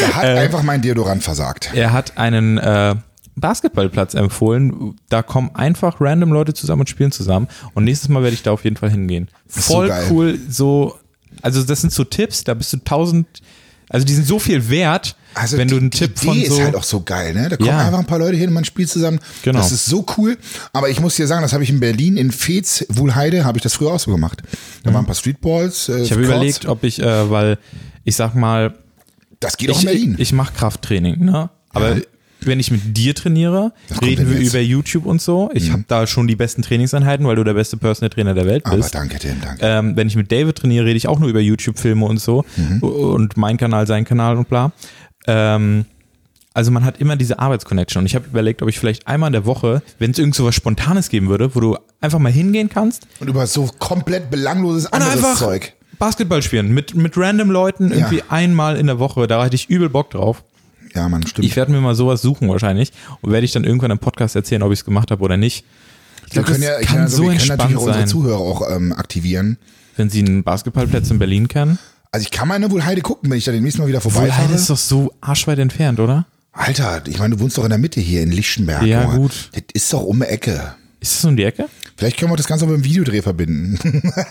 S1: Da hat
S2: Äh.
S1: einfach mein Deodorant versagt.
S2: Er hat einen äh, Basketballplatz empfohlen. Da kommen einfach random Leute zusammen und spielen zusammen. Und nächstes Mal werde ich da auf jeden Fall hingehen.
S1: so
S2: Voll
S1: geil.
S2: cool. So, also das sind so Tipps. Da bist du tausend. Also die sind so viel wert, wenn du
S1: Also die-
S2: einen
S1: die
S2: Tipp
S1: Idee
S2: von so.
S1: ist halt auch so geil, ne? Da kommen
S2: Ja.
S1: einfach ein paar Leute hin und man spielt zusammen.
S2: Genau.
S1: Das ist so cool. Aber ich muss dir sagen, das habe ich in Berlin, in Fez, Wuhlheide, habe ich das früher auch so gemacht. Da waren ein paar Streetballs. Äh,
S2: Mhm. ich habe überlegt, ob ich, äh, weil ich sag mal,
S1: Das geht auch
S2: ich,
S1: in Berlin.
S2: Ich, ich mache Krafttraining, ne? Aber wenn ich mit dir trainiere,
S1: Das kommt
S2: reden
S1: denn
S2: wir
S1: jetzt? Mhm.
S2: über YouTube und so. Ich habe da schon die besten Trainingseinheiten, weil du der beste Personal Trainer der Welt
S1: aber
S2: bist.
S1: danke, Tim, danke.
S2: Ähm, wenn ich mit David trainiere, rede ich auch nur über YouTube-Filme und so.
S1: Mhm.
S2: Und mein Kanal, sein Kanal und bla. Ähm, also man hat immer diese Arbeitsconnection. Und ich habe überlegt, ob ich vielleicht einmal in der Woche, wenn es irgend so was Spontanes geben würde, wo du einfach mal hingehen kannst
S1: Und über so komplett belangloses
S2: und
S1: anderes
S2: einfach
S1: Zeug.
S2: Basketball spielen. Mit, mit random Leuten irgendwie einmal in der Woche. Da hatte ich übel Bock drauf.
S1: Ja, man, stimmt.
S2: Ich werde mir mal sowas suchen wahrscheinlich und werde ich dann irgendwann im Podcast erzählen, ob ich es gemacht habe oder nicht. Ich
S1: wir
S2: glaube, das
S1: können ja, ich
S2: kann
S1: kann also,
S2: so
S1: wir können natürlich
S2: entspannt
S1: auch unsere
S2: sein,
S1: Zuhörer auch ähm, aktivieren.
S2: wenn sie einen Basketballplatz in Berlin kennen.
S1: Also ich kann mal in der Wuhlheide gucken, wenn ich da demnächst mal wieder
S2: Wohlheim
S1: vorbeifahre.
S2: ist doch so arschweit entfernt, oder?
S1: Alter, ich meine, du wohnst doch in der Mitte hier in Lichtenberg.
S2: Ja,
S1: Junge.
S2: gut.
S1: Das ist doch um die Ecke.
S2: Ist das um die Ecke?
S1: Vielleicht können wir das Ganze auch mit dem Videodreh verbinden.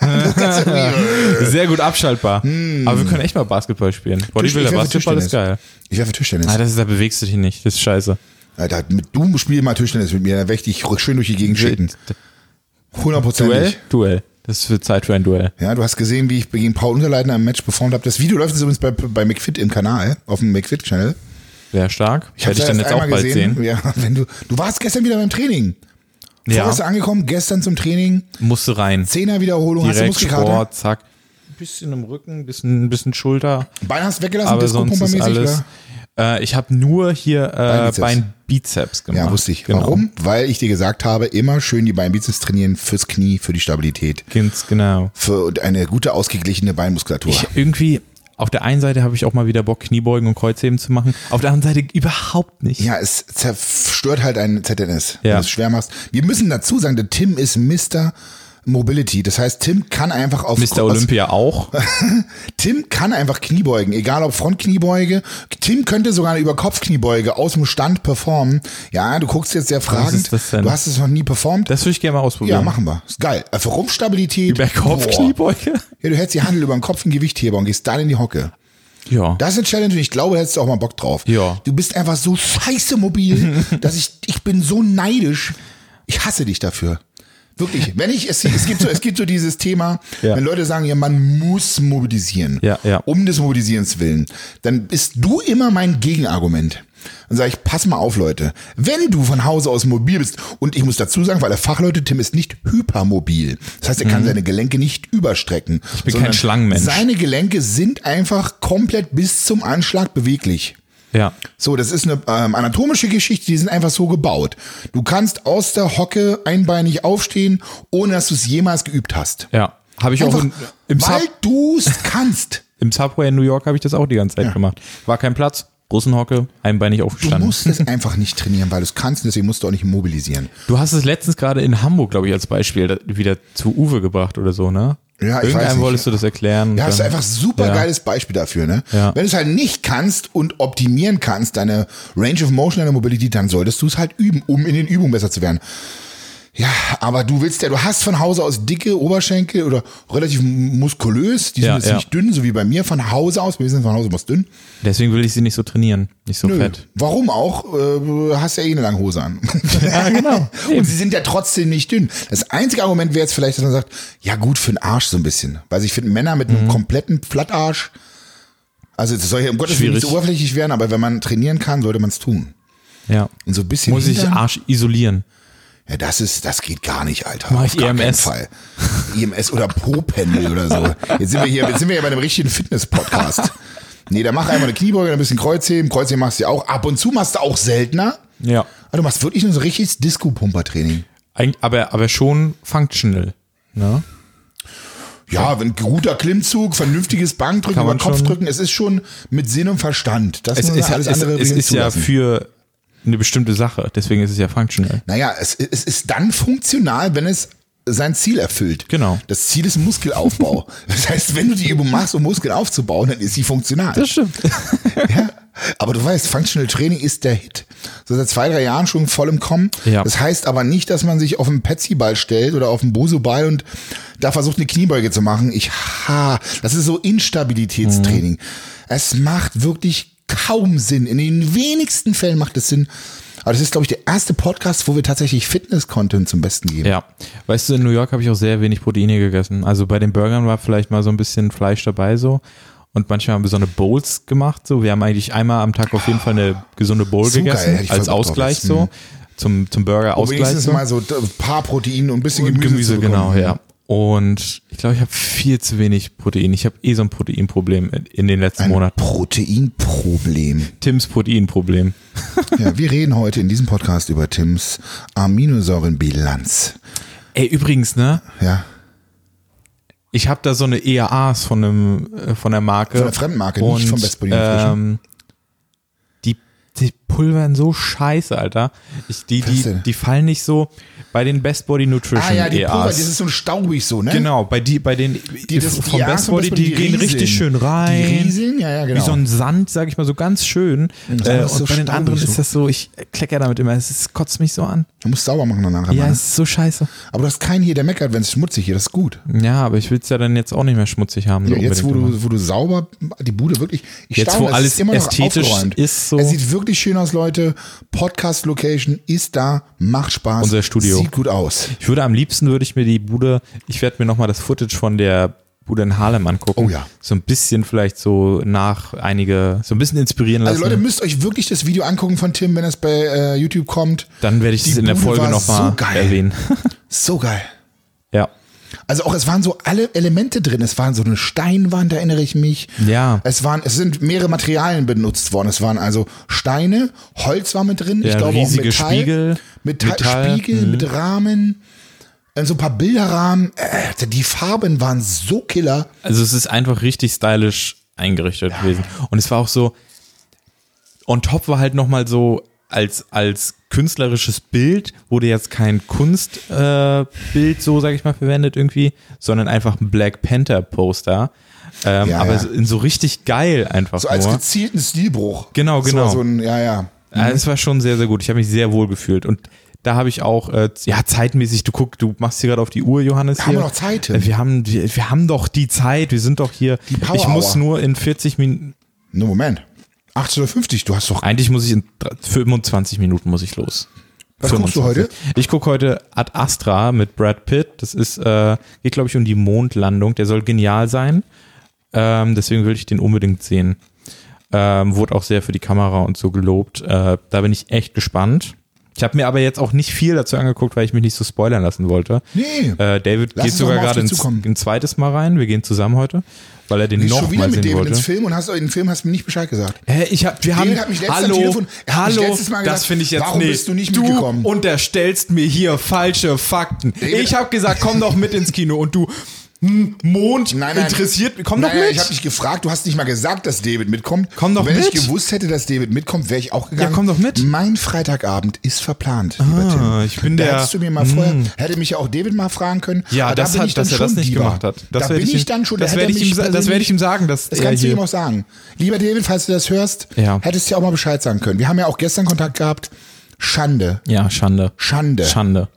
S1: das Ganze Video.
S2: Sehr gut abschaltbar.
S1: Hm.
S2: Aber wir können echt mal Basketball spielen. Bodybuilder,
S1: werfe
S2: Basketball ist geil.
S1: Ich werfe Tischtennis.
S2: Ah, das ist, da bewegst du dich nicht. Das ist scheiße.
S1: Alter, mit, du spiel mal Tischtennis mit mir, dann werde ich dich schön durch die Gegend schicken.
S2: Duell?
S1: Hundertprozentig.
S2: Duell. Das ist für Zeit für ein Duell.
S1: Ja, du hast gesehen, wie ich gegen Paul Unterleitner im Match performt habe. Das Video läuft jetzt übrigens bei, bei McFit im Kanal, auf dem McFit-Channel.
S2: Sehr stark.
S1: hab
S2: Werde ich dann jetzt auch bald sehen.
S1: Ja, [laughs] wenn du, du warst gestern wieder beim Training.
S2: Ja,
S1: Vorgestern angekommen, gestern zum Training.
S2: musste rein.
S1: Zehner Wiederholung,
S2: Direkt
S1: hast du Muskelkater.
S2: Sport, zack. Ein bisschen im Rücken, ein bisschen, bisschen Schulter.
S1: Bein hast du weggelassen,
S2: aber sonst ist
S1: Disco-Pumper-mäßig,
S2: alles. Äh, ich habe nur hier äh,
S1: Beinbizeps.
S2: Beinbizeps gemacht.
S1: Ja, wusste ich.
S2: Genau.
S1: Warum? Weil ich dir gesagt habe, immer schön die Beinbizeps trainieren fürs Knie, für die Stabilität,
S2: Ganz genau.
S1: für eine gute ausgeglichene Beinmuskulatur.
S2: Ich irgendwie, auf der einen Seite habe ich auch mal wieder Bock, Kniebeugen und Kreuzheben zu machen. Auf der anderen Seite überhaupt nicht.
S1: ja, es zerstört halt ein ZNS, wenn
S2: Ja.
S1: du es schwer machst. Wir müssen dazu sagen, der Tim ist Mr. Mobility. Das heißt, Tim kann einfach auf
S2: Mr.
S1: aus-
S2: Olympia
S1: [laughs]
S2: auch.
S1: Tim kann einfach Kniebeugen, egal ob Frontkniebeuge. Tim könnte sogar eine Überkopfkniebeuge aus dem Stand performen. Ja, du guckst jetzt sehr fragend.
S2: ist das denn?
S1: Du hast es noch nie performt.
S2: Das würde ich gerne mal ausprobieren.
S1: ja, machen wir. Ist geil. Äh, Für Rumpfstabilität.
S2: Über Kopf,
S1: Boah.
S2: Kniebeuge?
S1: Ja, du hältst die Handel über den Kopf, einen Gewichtheber und gehst dann in die Hocke.
S2: Ja.
S1: Das ist eine Challenge und ich glaube, da hättest du auch mal Bock drauf.
S2: Genau. Ja.
S1: Du bist einfach so scheiße
S2: [laughs]
S1: mobil, dass ich, ich bin so neidisch. Ich hasse dich dafür. Wirklich. Wenn ich, es, es gibt so, es gibt so dieses Thema,
S2: Ja.
S1: wenn Leute sagen, ja, man muss mobilisieren.
S2: Ja, ja.
S1: Um des Mobilisierens willen. Dann bist du immer mein Gegenargument. Dann sage ich, pass mal auf, Leute. Wenn du von Hause aus mobil bist, und ich muss dazu sagen, weil der Fachleute Tim ist nicht hypermobil. Das heißt, er
S2: Mhm.
S1: kann seine Gelenke nicht überstrecken. Ich
S2: bin kein Schlangenmensch.
S1: Seine Gelenke sind einfach komplett bis zum Anschlag beweglich.
S2: Ja.
S1: So, das ist eine ähm, anatomische Geschichte, die sind einfach so gebaut. Du kannst aus der Hocke einbeinig aufstehen, ohne dass du es jemals geübt hast.
S2: Ja. Habe ich auch
S1: Einfach,
S2: in, im, Sub,
S1: weil du es kannst.
S2: im Subway in New York habe ich das auch die ganze Zeit gemacht. War kein Platz, Russenhocke, einbeinig
S1: Du
S2: aufgestanden.
S1: musst es einfach nicht trainieren, weil du es kannst und deswegen musst du auch nicht mobilisieren.
S2: Du hast es letztens gerade in Hamburg, glaube ich, als Beispiel da- wieder zu Uwe gebracht oder so, ne?
S1: Ja, ich weiß
S2: Irgendeinem
S1: nicht.
S2: wolltest du das erklären.
S1: Ja, das ist
S2: dann-
S1: einfach super
S2: Ja.
S1: geiles Beispiel dafür, ne?
S2: Ja.
S1: Wenn du es halt nicht kannst und optimieren kannst, deine Range of Motion, deine Mobility, dann solltest du es halt üben, um in den Übungen besser zu werden. Ja, aber du willst ja, du hast von Hause aus dicke Oberschenkel oder relativ muskulös, die sind
S2: Ja,
S1: jetzt
S2: ja.
S1: nicht dünn, so wie bei mir von Hause aus, wir sind von Hause aus dünn.
S2: Deswegen will ich sie nicht so trainieren, nicht so
S1: Nö,
S2: fett.
S1: warum auch? Äh, hast ja eh eine lange Hose an.
S2: [laughs] Ja, genau.
S1: [laughs] Und sie sind ja trotzdem nicht dünn. Das einzige Argument wäre jetzt vielleicht, dass man sagt, ja gut, für den Arsch so ein bisschen. Weil ich finde, Männer mit
S2: Mhm.
S1: einem kompletten Flattarsch, also das soll ja um Gottes Willen nicht so
S2: Schwierig.
S1: oberflächlich werden, aber wenn man trainieren kann, sollte man es tun.
S2: Ja.
S1: Und so ein bisschen
S2: Muss ich
S1: Hintern-
S2: Arsch isolieren.
S1: ja, das ist, das geht gar nicht, Alter.
S2: Mach ich E
S1: Auf gar keinen
S2: EMS.
S1: Fall. EMS oder Popendel oder so. Jetzt sind wir hier, jetzt sind wir ja bei einem richtigen
S2: [laughs]
S1: Fitness-Podcast. Nee, da mach einmal eine Kniebeuge, dann ein bisschen Kreuzheben. Kreuzheben machst du ja auch. Ab und zu machst du auch seltener.
S2: Ja.
S1: Aber Ah, du machst wirklich nur so richtiges Disco-Pumper-Training.
S2: Eig- Aber, aber schon functional. Ne?
S1: Ja, wenn guter Klimmzug, vernünftiges Bankdrücken,
S2: Kann
S1: über
S2: man
S1: den Kopf
S2: schon-
S1: drücken, es ist schon mit Sinn und Verstand. Das
S2: Es,
S1: muss man
S2: ist,
S1: alles
S2: es,
S1: andere
S2: es
S1: übrigens
S2: ist ja
S1: zulassen.
S2: für eine bestimmte Sache. Deswegen ist es ja functional.
S1: Naja, es, es ist dann funktional, wenn es sein Ziel erfüllt.
S2: Genau.
S1: Das Ziel ist Muskelaufbau. [laughs] Das heißt, wenn du die Übung machst, um Muskeln aufzubauen, dann ist sie funktional.
S2: stimmt.
S1: Ja. Aber du weißt, Functional Training ist der Hit. So seit zwei, drei Jahren schon voll im Kommen.
S2: Ja.
S1: Das heißt aber nicht, dass man sich auf einen Petsy-Ball stellt oder auf einen Bosu-Ball und da versucht, eine Kniebeuge zu machen. Ich ha, das ist so Instabilitätstraining.
S2: Mhm.
S1: Es macht wirklich kaum Sinn. In den wenigsten Fällen macht es Sinn. Aber das ist, glaube ich, der erste Podcast, wo wir tatsächlich Fitness-Content zum Besten geben.
S2: Ja. Weißt du, in New York habe ich auch sehr wenig Proteine gegessen. Also bei den Burgern war vielleicht mal so ein bisschen Fleisch dabei so. Und manchmal haben wir so eine Bowls gemacht. So. Wir haben eigentlich einmal am Tag auf jeden Fall eine gesunde Bowl
S1: So geil,
S2: gegessen.
S1: hätte ich voll
S2: als
S1: Bock drauf Mhm.
S2: Ausgleich
S1: jetzt.
S2: so. Zum, zum
S1: Um
S2: Burger-Ausgleich.
S1: wenigstens
S2: so.
S1: mal so ein paar Proteine und ein bisschen
S2: ne? Und
S1: Gemüse. zu bekommen.
S2: genau, ja. Und ich glaube, ich habe viel zu wenig Protein. Ich habe eh so ein Proteinproblem in, in den letzten Monaten.
S1: Proteinproblem.
S2: Tims Proteinproblem.
S1: Ja, wir reden heute in diesem Podcast über Tims Aminosäurenbilanz.
S2: Ey, übrigens, ne?
S1: Ja.
S2: Ich habe da so eine EAAs von einem äh, von der Marke.
S1: Von der Fremdmarke, nicht
S2: Und,
S1: vom Best Body Nutrition.
S2: ähm, die, die pulvern so scheiße, Alter. Ich, die,
S1: Was
S2: die,
S1: denn?
S2: die fallen nicht so bei den Best Body Nutrition
S1: Ah ja, die
S2: EAAs.
S1: Pulver, das ist so ein staubig so, ne?
S2: E genau, bei die, bei den
S1: Die, das,
S2: vom
S1: die E
S2: Best
S1: Aas und
S2: Body, die, gehen
S1: rieseln.
S2: richtig schön rein.
S1: Die rieseln, ja, ja, genau.
S2: Wie so ein Sand, sag ich mal, so ganz schön.
S1: das
S2: Äh,
S1: ist
S2: und
S1: so
S2: bei den
S1: staubig
S2: anderen
S1: so.
S2: ist das so, ich klecker damit immer, es ist, kotzt mich so an.
S1: du musst sauber machen danach.
S2: Ja,
S1: Mann.
S2: es ist so scheiße.
S1: Aber du hast keinen hier, der meckert, wenn es schmutzig hier, das ist gut.
S2: Ja, aber ich will es ja dann jetzt auch nicht mehr schmutzig haben. so
S1: Ja, jetzt, wo
S2: unbedingt
S1: du, wo du sauber, die Bude wirklich, ich
S2: Jetzt, wo
S1: staune, es
S2: alles
S1: ist immer noch
S2: ästhetisch
S1: aufgeräumt.
S2: ist, so-
S1: Es sieht wirklich schön aus, Leute. Podcast-Location ist da, macht Spaß.
S2: Unser Studio.
S1: Sieht gut aus. Also,
S2: Ich würde am liebsten, würde ich mir die Bude, ich werde mir nochmal das Footage von der Bude in Harlem angucken.
S1: Oh ja.
S2: So ein bisschen vielleicht so nach einige, so ein bisschen inspirieren lassen.
S1: Also Leute, müsst euch wirklich das Video angucken von Tim, wenn es bei äh, YouTube kommt.
S2: dann werde ich
S1: die
S2: das in der
S1: Bude
S2: Folge
S1: war
S2: nochmal
S1: so geil.
S2: erwähnen. [laughs]
S1: So geil.
S2: ja.
S1: Also auch, es waren so alle Elemente drin. Es waren so eine Steinwand, erinnere ich mich.
S2: Ja.
S1: Es waren, es sind mehrere Materialien benutzt worden. Es waren also Steine, Holz war mit drin. ich
S2: Ja,
S1: glaube
S2: riesige
S1: auch Metall,
S2: Spiegel,
S1: Metall,
S2: Metall, mhm.
S1: Spiegel mit Rahmen, äh, so ein paar Bilderrahmen. Äh, die Farben waren so killer.
S2: Also es ist einfach richtig stylisch eingerichtet gewesen. Und es war auch so, on top war halt nochmal so, als, als künstlerisches Bild wurde jetzt kein Kunstbild, äh, Bild so sage ich mal, verwendet irgendwie, sondern einfach ein Black Panther Poster. Ähm,
S1: Ja,
S2: aber
S1: ja.
S2: so- in so richtig geil einfach
S1: So als
S2: nur.
S1: gezielten Stilbruch.
S2: Genau,
S1: Das
S2: genau.
S1: war So ein, ja, ja.
S2: Also es war schon sehr, sehr gut. Ich habe mich sehr wohl gefühlt. Und da habe ich auch, äh, ja, zeitmäßig, du guck, du machst hier gerade auf die Uhr, Johannes.
S1: Haben wir
S2: hier.
S1: noch Zeit, Tim?
S2: Äh, Wir haben, wir, wir haben doch die Zeit, wir sind doch hier.
S1: Power
S2: ich muss
S1: Hour.
S2: nur in 40 Minuten,
S1: Ne, Moment. 18.50 Uhr, du hast doch.
S2: eigentlich muss ich in dr- 25 Minuten muss ich los.
S1: Was guckst du heute?
S2: Ich gucke heute Ad Astra mit Brad Pitt. Das ist, äh, geht glaube ich um die Mondlandung. Der soll genial sein. Ähm, deswegen will ich den unbedingt sehen. Ähm, wurde auch sehr für die Kamera und so gelobt. Äh, da bin ich echt gespannt. Ich habe mir aber jetzt auch nicht viel dazu angeguckt, weil ich mich nicht so spoilern lassen wollte.
S1: Nee.
S2: Äh, David
S1: Lass
S2: geht
S1: uns doch
S2: sogar
S1: mal auf
S2: gerade
S1: dich
S2: ins,
S1: zukommen.
S2: ein zweites Mal rein. Wir gehen zusammen heute, weil er den
S1: Ich schon wieder
S2: nochmal
S1: mit
S2: sehen
S1: David
S2: wollte.
S1: ins Film und hast den Film hast mir nicht Bescheid gesagt.
S2: Hä, ich hab, wir haben,
S1: David hat mich letztes
S2: hallo,
S1: am Telefon- er hat mich
S2: hallo,
S1: letztes Mal
S2: das
S1: gesagt,
S2: finde ich jetzt
S1: warum
S2: nicht.
S1: bist du nicht mitgekommen?
S2: unterstellst mir hier falsche Fakten.
S1: David-
S2: ich habe gesagt, komm doch mit ins Kino und du, Hm, Mond
S1: Nein, nein.
S2: interessiert, komm
S1: Naja,
S2: doch mit.
S1: ich habe dich gefragt, du hast nicht mal gesagt, dass David mitkommt.
S2: Komm doch
S1: Und Wenn
S2: mit.
S1: ich gewusst hätte, dass David mitkommt, wäre ich auch gegangen.
S2: komm doch mit.
S1: Mein Freitagabend ist verplant, lieber Tim.
S2: Ah, ich bin
S1: da
S2: der-
S1: hättest du mir mal vorher, hätte mich ja auch David mal fragen können.
S2: Hm. ja,
S1: aber da
S2: das
S1: bin
S2: hat,
S1: ich dann
S2: dass er
S1: schon
S2: das nicht
S1: Diva.
S2: gemacht hat. Das
S1: da
S2: werd
S1: bin
S2: ich
S1: ich
S2: ihm-
S1: dann schon, da
S2: das
S1: hätte
S2: werd
S1: er
S2: ich ihm
S1: mich
S2: sa- das werd ich
S1: persönlich-
S2: ihm sagen, dass
S1: das
S2: er
S1: kannst du
S2: hier-
S1: ihm auch sagen. Lieber David, falls du das hörst,
S2: Ja.
S1: hättest du ja auch mal Bescheid sagen können. Wir haben ja auch gestern Kontakt gehabt. Schande,
S2: Ja, Schande.
S1: Schande,
S2: Schande.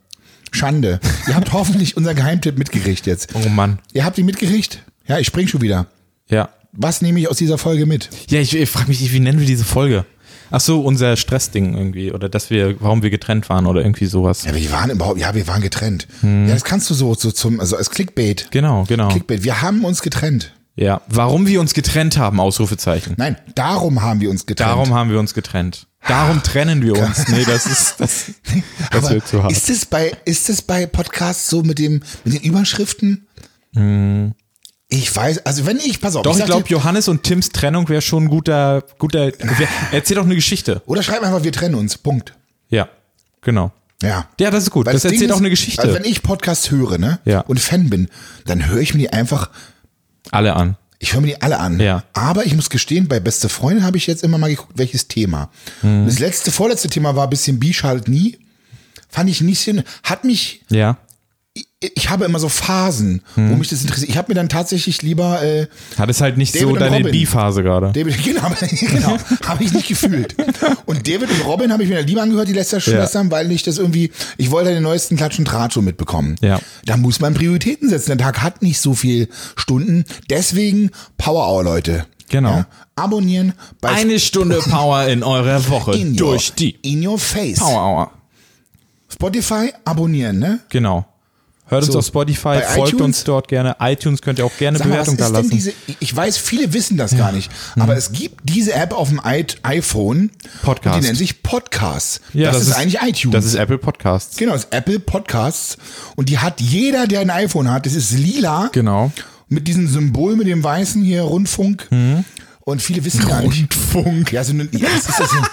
S1: Schande. Ihr
S2: [laughs]
S1: habt hoffentlich unseren Geheimtipp mitgekriegt jetzt.
S2: Oh Mann.
S1: Ihr habt ihn mitgekriegt? Ja, ich spring schon wieder.
S2: Ja.
S1: Was nehme ich aus dieser Folge mit?
S2: Ja, ich, ich frage mich, wie nennen wir diese Folge? Ach so, unser Stressding irgendwie oder dass wir, warum wir getrennt waren oder irgendwie sowas.
S1: Ja, wir waren überhaupt, ja, wir waren getrennt. Ja, das kannst du so, so zum, also als Clickbait.
S2: Hm. Genau, genau.
S1: Clickbait. Wir haben uns getrennt.
S2: Ja, warum wir uns getrennt haben, Ausrufezeichen.
S1: Nein, darum haben wir uns getrennt.
S2: Darum haben wir uns getrennt. Darum trennen wir
S1: [laughs]
S2: uns. Nee, das ist das, das
S1: Aber
S2: wird zu hart.
S1: Ist es bei, ist es bei Podcasts so mit dem, mit den Überschriften? Ich weiß, also wenn ich, pass auf.
S2: Hm. Doch, ich
S1: sag
S2: glaube,
S1: dir-
S2: Johannes und Tims Trennung wäre schon ein guter, guter. Wer, erzähl doch eine Geschichte.
S1: Oder schreib einfach, wir trennen uns. Punkt.
S2: Ja, genau.
S1: Ja.
S2: Ja, das ist gut.
S1: Weil
S2: das
S1: Ding
S2: erzählt
S1: ist,
S2: auch eine Geschichte.
S1: Also wenn ich Podcasts höre, ne?
S2: Ja.
S1: Und Fan bin, dann höre ich mir die einfach,
S2: Alle an.
S1: ich höre mir die alle an.
S2: Ja.
S1: Aber ich muss gestehen, bei Beste Freunde habe ich jetzt immer mal geguckt, welches Thema. Und Das letzte, vorletzte Thema war ein bisschen B schadet nie. Fand ich nicht Sinn. Hat mich,
S2: Ja.
S1: ich, ich habe immer so Phasen, wo mich das interessiert. Ich habe mir dann tatsächlich lieber, äh,
S2: Hat es halt nicht
S1: David
S2: so
S1: und
S2: deine
S1: Robin.
S2: B-Phase gerade.
S1: David, [laughs] genau, genau habe ich nicht gefühlt. Und David und Robin habe ich mir dann lieber angehört, die letzter Schwestern, weil ich das irgendwie, ich wollte den neuesten Klatsch und Tratsch so mitbekommen.
S2: Ja.
S1: Da muss man Prioritäten setzen. Der Tag hat nicht so viel Stunden. Deswegen Power Hour, Leute.
S2: Genau.
S1: Abonnieren bei
S2: Eine Stunde Power in eurer Woche
S1: in your,
S2: durch die
S1: in your face.
S2: Power Hour.
S1: Spotify abonnieren, ne?
S2: Genau. Hört uns
S1: So,
S2: auf Spotify,
S1: bei
S2: folgt
S1: iTunes?
S2: uns dort gerne. iTunes könnt ihr auch gerne
S1: Sag mal, was
S2: Bewertung
S1: ist
S2: da
S1: denn
S2: lassen. Mhm.
S1: diese, ich weiß, viele wissen das gar nicht, aber es gibt diese App auf dem i- iPhone.
S2: Podcast.
S1: Und die nennt sich Podcast. das, ist, eigentlich iTunes.
S2: Das ist Apple Podcasts.
S1: Genau, das ist Apple Podcasts. Und die hat jeder, der ein iPhone hat. Das ist lila.
S2: Genau.
S1: Mit diesem Symbol, mit dem weißen hier, Rundfunk. Und viele wissen gar nicht. Mhm. Rundfunk. Ja, so eine, ja, was ist das denn? [laughs]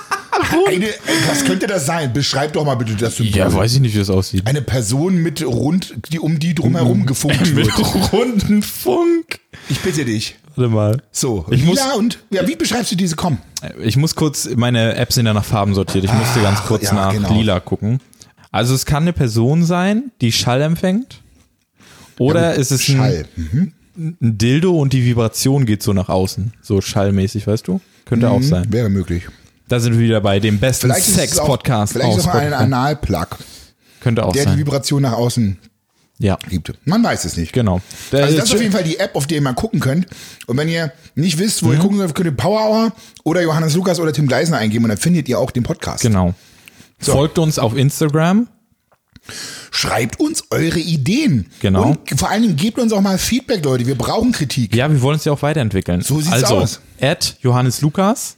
S1: Eine, was könnte das sein? Beschreib doch mal bitte das Symbol.
S2: Ja, weiß ich nicht, wie das aussieht.
S1: eine Person mit rund, die um die drumherum gefunkt [laughs] wird.
S2: runden Funk.
S1: Ich bitte dich.
S2: Warte mal.
S1: So,
S2: Ich muss-
S1: lila und, ja, wie beschreibst du diese? Komm.
S2: Ich muss kurz, meine Apps sind ja nach Farben sortiert. Ich musste ganz kurz
S1: ja,
S2: nach
S1: genau.
S2: lila gucken. Also es kann eine Person sein, die Schall empfängt. Oder ist es ein,
S1: Schall.
S2: ein Dildo und die Vibration geht so nach außen. So schallmäßig, weißt du? Könnte auch sein.
S1: Wäre möglich.
S2: Da sind wir wieder bei dem besten
S1: Mhm. Vielleicht ist es auch-
S2: Sex-Podcast.
S1: Vielleicht ist es
S2: aus
S1: auch ein
S2: Spotify.
S1: Analplug,
S2: Könnte auch
S1: der die
S2: sein.
S1: Vibration nach außen
S2: Ja,
S1: gibt. Man weiß es nicht.
S2: genau. Der
S1: Also
S2: ist
S1: das ist auf jeden Fall die App, auf der ihr mal gucken könnt. Und wenn ihr nicht wisst,
S2: Mhm.
S1: wo ihr gucken sollt, könnt ihr Power Hour oder Johannes Lukas oder Tim Gleisner eingeben und dann findet ihr auch den Podcast.
S2: Genau. Folgt uns auf Instagram.
S1: Schreibt uns eure Ideen.
S2: Genau.
S1: Und vor allen Dingen gebt uns auch mal Feedback, Leute. Wir brauchen Kritik.
S2: Ja, wir wollen es ja auch weiterentwickeln.
S1: So sieht's
S2: also,
S1: aus.
S2: At Johannes Lukas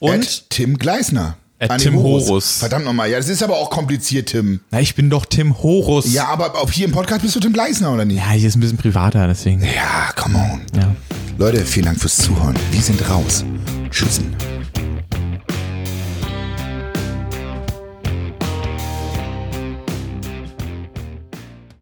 S2: und
S1: At Tim Gleisner.
S2: At
S1: Ah, nee,
S2: Tim
S1: Horus.
S2: Horus.
S1: Verdammt nochmal. Ja, das ist aber auch kompliziert, Tim.
S2: na, ich bin doch Tim Horus.
S1: Ja, aber auch hier im Podcast bist du Tim Gleisner, oder nicht?
S2: ja, hier ist ein bisschen privater, deswegen.
S1: Ja, come on.
S2: Ja.
S1: Leute, vielen Dank fürs Zuhören. Wir sind raus. Tschüssen.